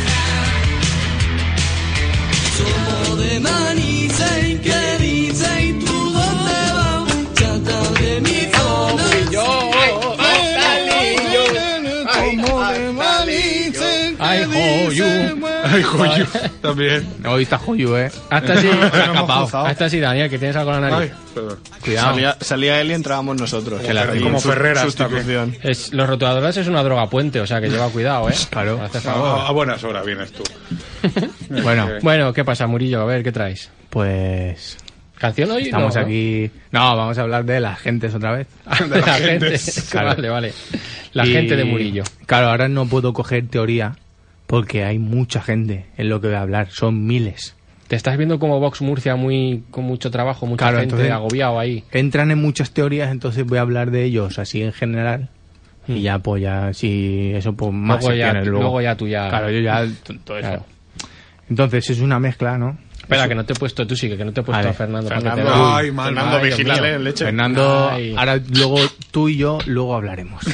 M: de maniza y que dice y tú dónde vas chata de mi zona yo como de maniza
E: Ay, joyu.
C: Ay, joyu. También.
E: Hoy está joyu, eh.
D: Hasta sí,
J: Nos hemos
D: Escapado.
J: cruzado.
D: Hasta sí, Daniel, que tienes algo en la nariz. Cuidado.
J: Salía, salía él y entrábamos nosotros.
D: Que la-
J: Ahí en
D: como
J: su-
D: Ferreras,
J: Sustitución.
D: Es- los rotuladores es una droga puente, o sea que lleva cuidado, ¿eh? Claro.
C: A, a buenas horas vienes tú.
E: Bueno.
D: Bueno, ¿qué pasa, Murillo? A ver, ¿qué traes?
E: Pues.
D: ¿Canción hoy?
E: Estamos
D: No, ¿no?
E: aquí. No, vamos a hablar de las gentes otra vez.
D: De la gente. Vale, vale. La gente de Murillo.
E: Claro, ahora no puedo coger teoría porque hay mucha gente en lo que voy a hablar. Son miles.
D: Te estás viendo como Vox Murcia muy con mucho trabajo, mucha
E: Claro,
D: gente
E: entonces-
D: agobiado ahí.
E: Entran en muchas teorías, entonces voy a hablar de ellos así en general. Y ya, pues ya, si eso, pues más
D: Hmm. Luego ya-
E: secciones luego.
D: luego ya tú ya-
E: Claro, yo ya. Todo eso. Entonces es una mezcla, ¿no?
D: Espera, que no te he puesto, tú sí, que no te he puesto
E: Vale.
D: a Fernando.
E: Fernando,
D: para que te-
E: ay,
D: Uy,
E: mal,
D: Fernando,
E: mal,
D: Dios
E: Dios
D: mío.
E: mío. Fernando, ahora luego tú y yo luego hablaremos.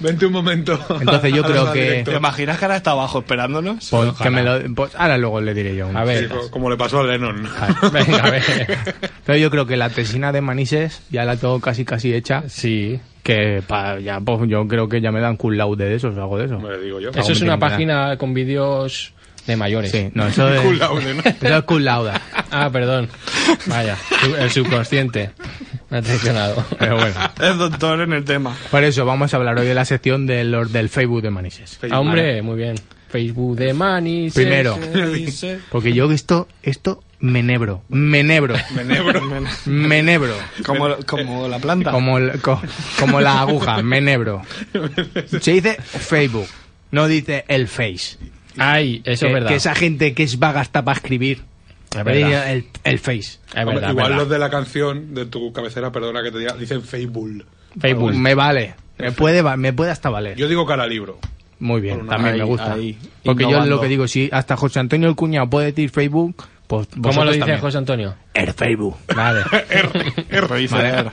C: Vente un momento.
E: Entonces yo creo que-
J: ¿Te imaginas que ahora está abajo esperándonos?
E: Pues que me lo- pues ahora luego le diré yo. un-
D: A ver.
C: Sí, como le pasó a Lennon.
D: Venga, a ver.
E: Pero yo creo que la tesina de Manises ya la tengo casi casi hecha.
D: Sí.
E: Que pa- ya, pues, yo creo que ya me dan cool laude de esos, algo de eso.
C: Me digo yo.
D: Eso es una
E: Algo me tienen que dar.
D: página con vídeos de mayores.
E: Sí, no, eso es.
C: Cum laude, ¿no?
E: Eso es cum laude.
D: Ah, perdón. Vaya, su- el subconsciente. Me ha traicionado.
E: Pero bueno.
J: Es doctor en el tema.
E: Por eso vamos a hablar hoy de la sección de los del Facebook de Manises.
D: Ah,
E: Vale.
D: hombre, muy bien. Facebook de Manis.
E: Primero. Porque yo esto, esto menebro. Menebro.
C: Menebro.
E: Menebro.
J: Como, como la planta.
E: Como, el- co- como la aguja, menebro. Se dice Facebook, no dice el Face.
D: Ay, eso
E: que,
D: es verdad.
E: que esa gente que es vaga hasta para escribir.
D: Es verdad.
E: El, el Face.
D: Es
C: Hombre,
D: verdad,
C: Igual
D: verdad.
C: los de la canción de tu cabecera, perdona que te diga, dicen Facebook.
D: Facebook.
E: Me vale. Me puede, va- me puede hasta valer.
C: Yo digo cara libro.
E: Muy bien, también
J: Ahí,
E: me gusta.
J: ahí,
E: Porque yo
J: innovando.
E: lo que digo, si hasta José Antonio el Cuñado puede decir Facebook, Pues
D: ¿Cómo lo dice
E: también.
D: José Antonio?
E: El Facebook. Vale. Vale.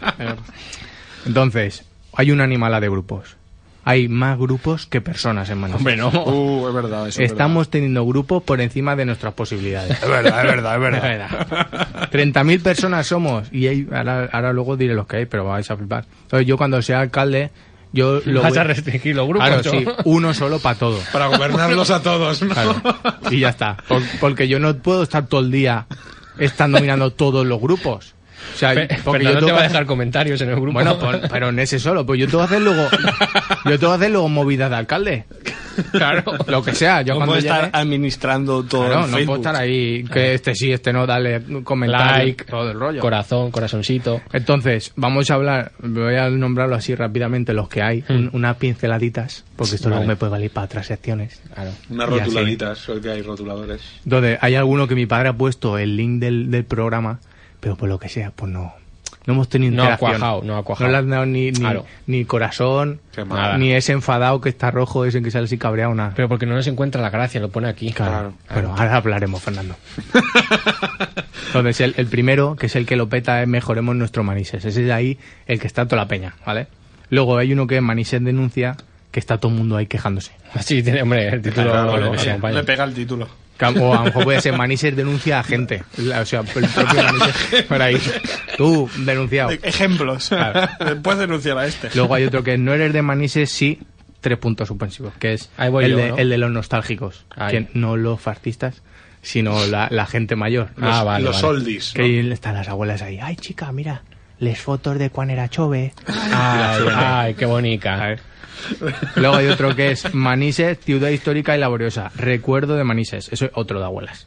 E: Entonces, hay una animalada de grupos. Hay más grupos que personas en Manifest.
J: Hombre, no. Uh, es verdad, eso es
E: Estamos teniendo grupos por encima de nuestras posibilidades.
J: Es verdad, es verdad, es verdad.
E: 30.000 personas somos. Y hay, ahora, ahora luego diré los que hay, pero vais a flipar. Entonces, yo cuando sea alcalde, yo lo
D: Vas
E: voy-
D: a restringir los grupos.
E: Claro,
D: ¿no?
E: sí, uno solo para todo.
C: Para gobernarlos a todos, ¿no?
E: Claro. Y ya está. Por- porque yo no puedo estar todo el día estando mirando todos los grupos. O sea,
D: Pe-
E: porque
D: pero
E: yo
D: no
E: tengo
D: te va
E: que
D: a
E: hacer-
D: dejar comentarios en el grupo.
E: Bueno, por- pero en ese solo. Pues yo tengo que hacer luego, yo tengo que hacer luego movidas de alcalde.
D: Claro.
E: Lo que sea. Yo
J: no
E: cuando
J: puedo estar
E: llegue-
J: administrando todo
E: Claro,
J: el
E: no puedo
J: Facebook.
E: estar ahí que este sí, este no, dale comentar
D: Like,
E: todo el rollo.
D: corazón, corazoncito.
E: Entonces, vamos a hablar, voy a nombrarlo así rápidamente, los que hay, un- unas pinceladitas, porque esto
C: Vale.
E: luego me puede valer para otras secciones.
C: Unas
E: Y así.
C: rotuladitas, hoy que hay rotuladores.
E: Donde hay alguno que mi padre ha puesto el link del, del programa, pero por lo que sea, pues no. No hemos tenido
D: No ha
E: interacción.
D: cuajado, no ha cuajado.
E: No le han dado ni, ni,
D: Claro.
E: ni corazón,
D: mal.
E: ni ese enfadado que está rojo, ese que sale así cabreado, nada.
D: Pero porque no nos encuentra la gracia, lo pone aquí.
E: Claro. Pero ahora hablaremos, Fernando. Entonces, el, el primero, que es el que lo peta, es Mejoremos nuestro Manises. Ese es ahí el que está toda la peña, ¿vale? Luego hay uno que es Manises denuncia, que está todo el mundo ahí quejándose.
D: Sí, tiene, hombre, el título
E: Claro,
D: lo-
E: lo
D: lo
E: que sea.
D: acompaña.
J: Le pega el título.
E: O a lo mejor puede ser Manises denuncia a gente. La- O sea, el propio Manises. por ahí. Tú, denunciado.
J: Ejemplos. Puedes denunciar a este.
E: Luego hay otro que es No eres de Manises, sí, tres puntos suspensivos, que es
D: Ahí voy
E: el,
D: yo,
E: de,
D: ¿no?
E: el de los nostálgicos.
D: Ahí.
E: Que no los fascistas, sino la, la gente mayor.
D: Ah, vale,
C: los
D: vale.
C: oldies.
E: Que ahí están las abuelas ahí. Ay, chica, mira, les fotos de cuán era Chove.
D: Ay, Ah, ay, qué bonita.
E: Luego hay otro que es Manises, ciudad histórica y laboriosa. Recuerdo de Manises. Eso es otro de abuelas.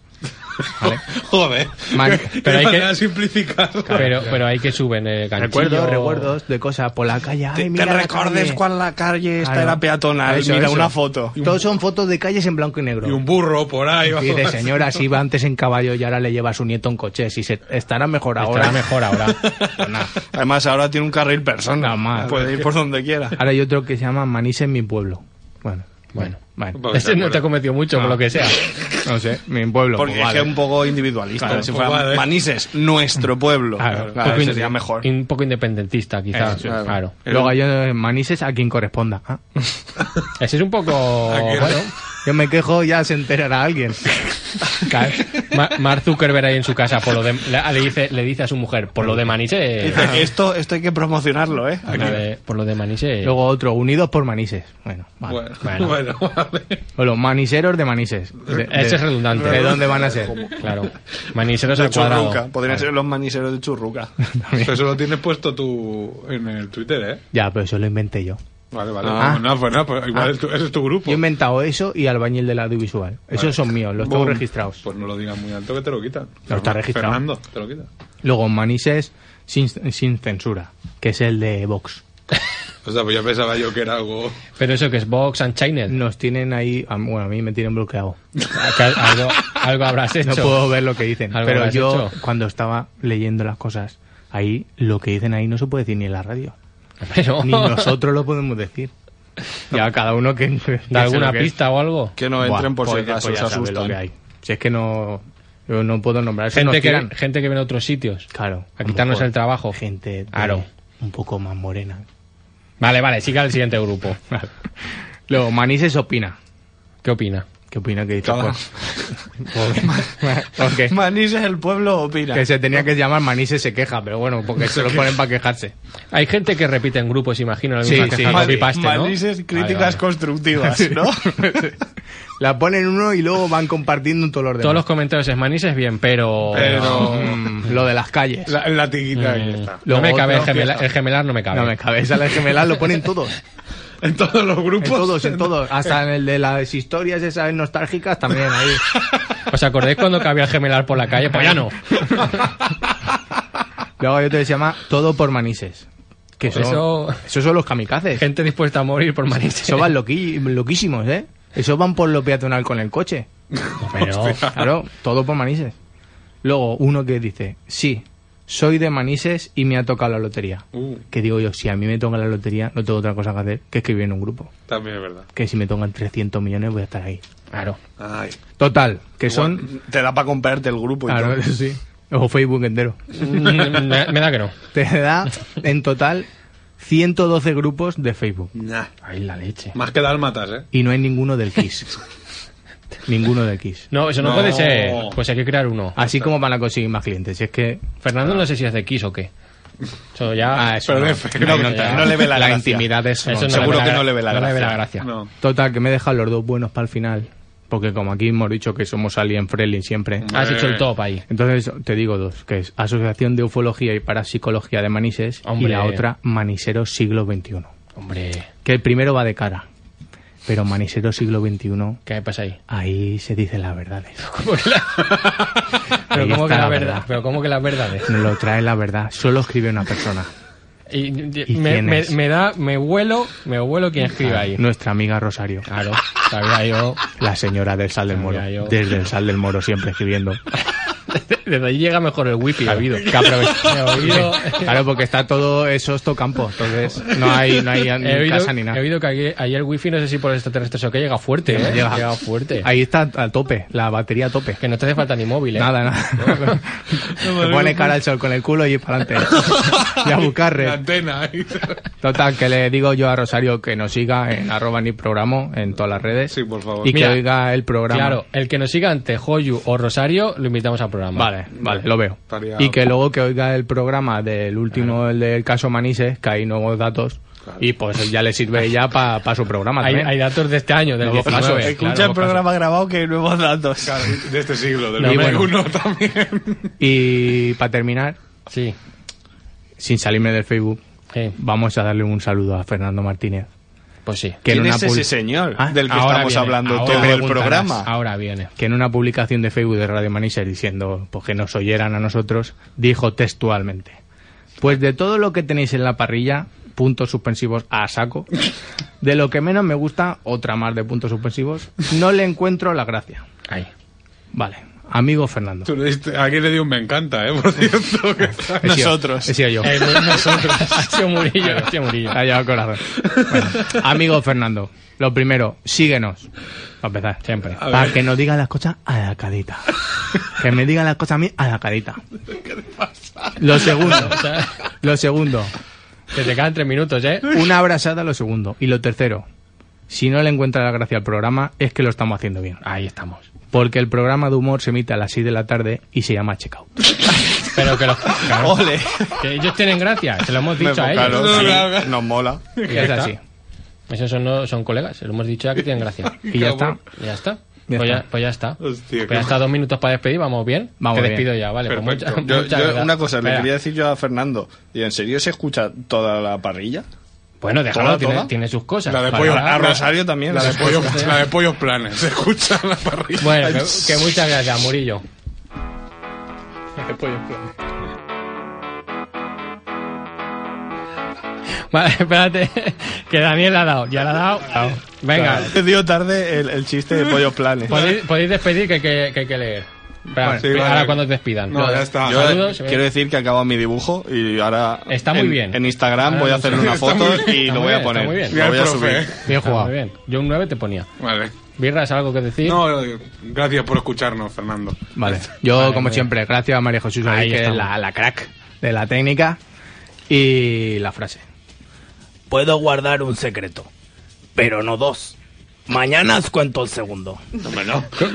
C: Joder.
E: Man-
C: pero
D: pero hay
C: hay que simplificar.
D: Pero, pero hay que suben el ganchillo.
E: Recuerdos, recuerdos de cosas por la calle. Ay,
J: Te,
E: mira
J: te
E: la
J: recordes
E: calle.
J: cuando la calle esta
E: Claro.
J: era peatonal.
E: Eso,
J: mira
E: eso.
J: una foto.
E: Todos son fotos de calles en blanco y negro.
C: Y un burro por ahí.
E: Y de
C: vamos.
E: señora, si iba antes en caballo y ahora le lleva a su nieto en coche, si se, estará mejor ahora.
D: Estará mejor ahora.
J: Además, ahora tiene un carril persona.
E: Nada más.
J: Puede ir por donde quiera.
E: Ahora hay otro que se llama Manís en mi pueblo. Bueno,
D: Bueno.
E: vale.
D: Ese no te ha cometido mucho, por lo que sea.
E: No sé, mi pueblo.
J: Porque
E: pues
J: es que
E: vale.
J: es un poco individualista.
E: Claro,
J: si
E: pues
J: fuera
E: vale.
J: Manises, nuestro pueblo.
E: Claro, pues
J: Claro,
D: poco
J: sería
D: inde-
J: mejor.
D: Un poco independentista, quizás.
E: Eso
D: claro.
E: es. Luego hay eh, Manises a quien corresponda. Ah,
D: Ese es un poco. bueno,
E: Yo me quejo, ya se enterará alguien.
D: claro. Ma- Mark Zuckerberg ahí en su casa por lo de, le, le dice, le dice a su mujer, por lo de
E: Eh,
D: Maniche.
J: Dice, esto, esto hay que promocionarlo, ¿eh?
D: por, lo de, por lo de Maniche. eh,
E: Luego otro, Unidos por Manises. Bueno, vale.
C: Bueno,
D: Bueno.
C: bueno, vale.
E: O los maniseros de Manises. De- de-
D: Ese es redundante. ¿eh?
E: ¿De dónde van a ser?
D: Claro. Maniseros
J: De
D: al cuadrado.
J: Churruca. Podrían ser los maniseros de Churruca.
C: Pero Eso lo tienes puesto tú en el Twitter, ¿eh?
E: Ya, pero eso lo inventé yo.
C: Vale, vale.
E: Ah.
C: No, pues nada, pues igual
E: Ah.
C: es tu- ese es tu grupo.
E: Yo he inventado eso y albañil del audiovisual. Esos son míos, los tengo
C: Boom.
E: registrados.
C: Pues no lo digas muy alto que te lo quitan.
E: No, está registrado.
C: Fernando, te lo quita.
E: Luego Manises sin, sin censura, que es el de Vox.
C: O sea, pues ya pensaba yo que era algo...
D: Pero eso que es Vox Unchained.
E: Nos tienen ahí, a- bueno, a mí me tienen bloqueado.
D: Que al- algo, algo habrás hecho.
E: No puedo ver lo que dicen.
D: ¿Algo
E: Pero
D: habrás
E: yo,
D: hecho?
E: cuando estaba leyendo las cosas, ahí lo que dicen ahí no se puede decir ni en la radio.
D: Pero-
E: Ni nosotros lo podemos decir. Ya cada uno que... que
D: ¿Da alguna
E: lo que-
D: pista o algo?
J: Que no entren
E: Buah,
J: por si
E: pues-
J: acaso,
E: pues
J: se
E: ya sabes lo que
J: asustan.
E: hay. Si es que no... Yo no puedo nombrar eso.
D: Gente
E: nos
D: que,
E: tiran.
D: gente que viene a otros sitios.
E: Claro.
D: A quitarnos
E: mejor
D: el trabajo.
E: Gente de-
D: Claro.
E: un poco más morena.
D: Vale, vale, siga el siguiente grupo.
E: Luego, Manises opina.
D: ¿Qué opina?
E: ¿Qué opina que dice?
J: Cada-
E: Porque
J: Manises, el pueblo opina.
E: que se tenía que llamar Manises se queja, pero bueno, porque se lo ponen para quejarse.
D: Hay gente que repite en grupos, imagino, la
E: Sí,
D: misma
E: sí.
D: queja
E: Mal-
D: copy-paste, ¿no?
J: Manises, críticas
D: Vale, vale.
J: constructivas, ¿no?
E: La ponen uno y luego van compartiendo un dolor de
D: Todos los comentarios es manises bien, pero... eh,
C: Pero...
E: mm, lo de las calles.
C: La, la tiquita y ya
E: Eh.
C: está.
D: No me
E: Luego
D: cabe el
E: otro-
D: gemelar, el gemelar no me cabe.
E: No me cabe, esa la gemelar lo ponen todos.
C: En todos los grupos.
D: Pues
E: En todos, en todos. Hasta en el de las historias esas nostálgicas también ahí.
D: ¿Os acordáis cuando cabía el gemelar por la calle? Pues ya no.
E: Luego hay otro que se llama Todo por Manises. Que son,
D: Pues Eso-
E: Esos son los kamikazes.
D: Gente dispuesta a morir por manises.
E: Esos van loqui- loquísimos, ¿eh? Esos van por lo peatonal con el coche.
D: Pero-
E: Claro, todo por manises. Luego, uno que dice, sí, soy de Manises y me ha tocado la lotería.
C: Uh,
E: Que digo yo, si a mí me toca la lotería, no tengo otra cosa que hacer que escribir en un grupo.
C: También es verdad.
E: Que si me tocan 300 millones voy a estar ahí. Claro.
C: Ay.
E: Total, que son...
F: Te da para comprarte el grupo y
E: Claro,
F: todo.
E: eso sí. O Facebook entero.
D: Mm,
F: Me- me da
D: que no.
E: Te da, en total, 112 grupos de Facebook.
D: Ay, la leche.
C: Más que matas, ¿eh?
E: Y no hay ninguno del Kiss. ninguno del Kiss.
D: No, eso no, puede ser. Pues hay que crear uno.
E: Así como van a conseguir más clientes. Si es que...
D: Fernando no sé si es de Kiss o qué. Eso ya...
E: Ah, eso Pero no. de- no- no- no le ve la gracia. Eso no le ve la- no le ve la gracia.
D: No.
E: Total, que me he dejado los dos buenos para el final. Porque como aquí hemos dicho que somos alien friendly siempre.
D: Has hecho Ah, el top ahí.
E: Entonces te digo dos, que es Asociación de Ufología y Parapsicología de Manises
D: Hombre.
E: y la otra Maniseros Siglo XXI.
D: Hombre.
E: Que el primero va de cara. Pero Maniseros Siglo XXI...
D: ¿Qué pasa ahí?
E: Ahí se dicen las verdades.
D: Pero
E: Ahí
D: ¿cómo
E: está
D: que la verdad?
E: la verdad.
D: Pero ¿cómo que la verdad? es?
E: Nos lo trae la verdad. Solo escribe una persona.
D: Y, y-
E: ¿Y
D: me,
E: quién
D: me-
E: es? Ah,
D: me da, me vuelo, me vuelo quien escribe ahí.
E: Nuestra amiga Rosario.
D: Claro, sabía yo.
E: La señora del Sal del Moro.
D: Sabía yo.
E: Desde el Sal del Moro siempre escribiendo.
D: Desde ahí llega mejor el wifi. Habido. He oído-
E: Claro, porque está todo eso es todo campo. Entonces no hay, no hay
D: He
E: ni
D: oído-
E: casa ni nada.
D: He oído que ayer, ayer el wifi, no sé si por los extraterrestres o qué, llega fuerte. ¿eh?
E: Llega.
D: Llega fuerte.
E: Ahí está a tope, la batería a tope.
D: Que no te hace falta ni móvil, ¿eh?
E: Nada, nada. Te pone cara al sol con el culo y para adelante. y a buscar red.
C: La antena. ahí.
E: Total, que le digo yo a Rosario que nos siga en arroba ni programo en todas las redes. Sí, por favor. Y
D: Mira,
E: que oiga el programa.
D: Claro, el que nos siga ante Joyu o Rosario, lo invitamos al programa.
E: Vale, vale, lo veo. Y que luego que oiga el programa del último, el del caso Manises, que hay nuevos datos. Y pues ya le sirve ya para su programa.
D: Hay,
E: también.
D: hay datos de este año, del
E: Nuevos
D: 19.
E: casos.
F: Escucha
E: ¿eh? claro,
F: el
E: vos
F: programa grabado que nuevos datos.
C: de este siglo, del
E: No, hombre.
C: 21 también.
E: Y para terminar,
D: sí.
E: sin salirme del Facebook, vamos a darle un saludo a Fernando Martínez.
D: Pues sí.
E: en
F: ¿Quién
E: una
F: es
E: pub-
F: ese señor
E: Ah,
F: del que
E: ahora
F: estamos
E: viene,
F: hablando
E: ahora
F: todo el
E: preguntarás. Ah,
F: programa?
D: Ahora viene.
E: que en una publicación de Facebook de Radio Manises diciendo pues, que nos oyeran a nosotros, dijo textualmente, pues de todo lo que tenéis en la parrilla, puntos suspensivos a saco, de lo que menos me gusta, otra más de puntos suspensivos, no le encuentro la gracia.
D: Ahí.
E: Vale, amigo Fernando.
C: Tú le diste- aquí le di un me encanta, ¿eh? Por cierto. que está-
E: He sido- He sido yo.
C: Eh, pues nosotros.
D: Ha sido Murillo, ha sido Murillo.
E: Ha llevado corazón. Bueno, amigo Fernando, lo primero, síguenos. Para empezar, siempre.
D: A ver.
E: Para que nos diga las cosas a la carita. Que me diga las cosas a mí a la carita. Lo segundo, lo segundo.
D: Que te quedan tres minutos, ¿eh?
E: Una abrazada, lo segundo. Y lo tercero, si no le encuentra la gracia al programa, es que lo estamos haciendo bien.
D: Ahí estamos.
E: Porque el programa de humor se emite a las 6 de la tarde y se llama Checkout.
D: Pero que los. claro. Que ellos tienen gracia, se lo hemos dicho a ellos.
E: claro, sí,
D: nos mola.
E: Y ya
D: es
E: está.
D: así. Esos son, no- son colegas, se lo hemos dicho ya que tienen gracia.
E: Y ya está.
D: Ya está.
E: Ya
D: pues,
E: está.
D: Ya, pues ya está. pues ya está dos minutos para despedir, vamos bien.
E: Vamos
D: Te
E: bien.
D: despido ya, vale. pues
F: Perfecto.
D: mucha-
F: Yo-
D: muchas
F: yo
D: gracias.
F: una cosa, le
D: Espera.
F: quería decir yo a Fernando. ¿Y en serio se escucha toda la parrilla?
D: Bueno, déjalo,
F: ¿Toda,
D: tiene,
F: toda?
D: tiene sus cosas.
F: ¿eh? Ah, La de
D: Para-
F: pollo-
D: para-
F: a Rosario también.
C: La de,
F: Sí.
C: pollo,
E: pues,
C: la
E: eh.
C: de pollos planes. Se escucha en la parrilla.
D: Bueno, que, que muchas gracias, Murillo. Vale, espérate, que Daniel la ha dado. Ya la ha dado. Venga.
F: Claro, Te dio tarde el, el chiste de pollos planes.
D: Podéis, podéis despedir que hay que, que hay que leer. Espera,
F: Bueno, sí,
D: espera,
F: vale.
D: ahora cuando os despidan.
F: No, ya está. Yo
D: Saludos.
F: quiero decir que acabo mi dibujo y ahora
D: Está muy
F: en,
D: bien.
F: en Instagram
D: Ahora
F: voy a
D: lo
F: hacer
D: sé.
F: una
D: Está muy
F: foto
D: bien,
F: y
D: está
F: lo
D: muy
F: voy a
D: bien,
F: poner.
D: está muy bien.
F: Lo voy a subir.
D: Bien jugado. Muy bien. Yo un 9 te ponía.
C: eh. Vale.
D: Birras, algo que decir.
C: No, eh, gracias por escucharnos, Fernando.
E: Vale. Yo,
C: Vale,
E: como
C: muy bien.
E: siempre, gracias a María Jesús, ahí
C: Ahí
E: que es
C: estamos.
E: la, la crack de la técnica. Y la frase. Puedo guardar un secreto, pero no dos. Mañana os cuento el segundo.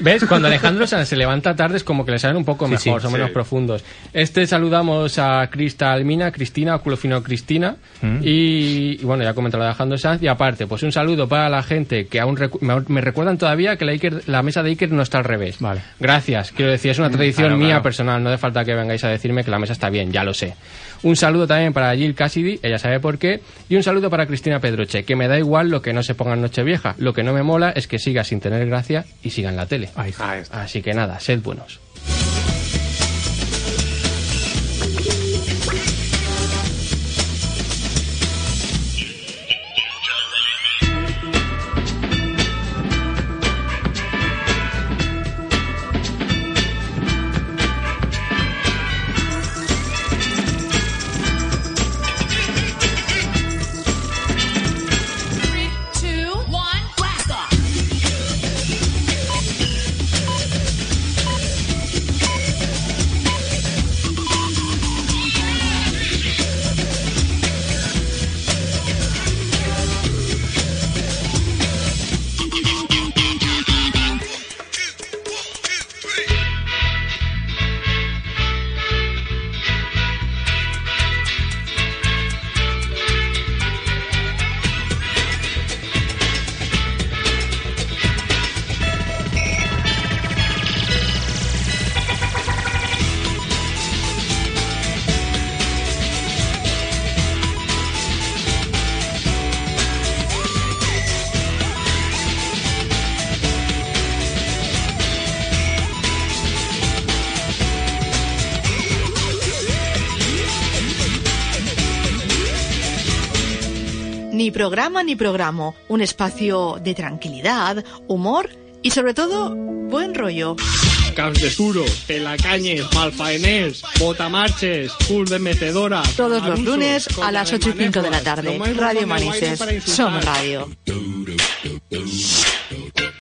D: ¿Ves? Cuando Alejandro Sanz se levanta tarde es como que le salen un poco
E: Sí,
D: mejor,
E: sí,
D: son
E: sí.
D: menos profundos. Este saludamos a Crista Almina, Cristina, Oculo Fino Cristina.
E: Mm.
D: Y, y bueno, ya comentó lo de Alejandro Sanz. Y aparte, pues un saludo para la gente que aún recu- me, aún- me recuerdan todavía que la, Iker- la mesa de Iker no está al revés.
E: Vale.
D: Gracias, quiero decir, es una tradición
E: claro,
D: mía
E: claro.
D: personal, no hace falta que vengáis a decirme que la mesa está bien, ya lo sé. Un saludo también para Jill Cassidy, ella sabe por qué, y un saludo para Cristina Pedroche, que me da igual lo que no se ponga en Nochevieja, lo que no me mola es que siga sin tener gracia y siga en la tele. Así que nada, sed buenos.
M: Thank
A: Ni programa ni programa, un espacio de tranquilidad, humor y sobre todo buen rollo.
B: Camps de Suro, Pelacañes, Malfaenés, Botamarches, Pur de Metedora.
A: Todos los lunes a las 8 y 5 de la tarde. Radio Manises. Son Radio.
B: Radio.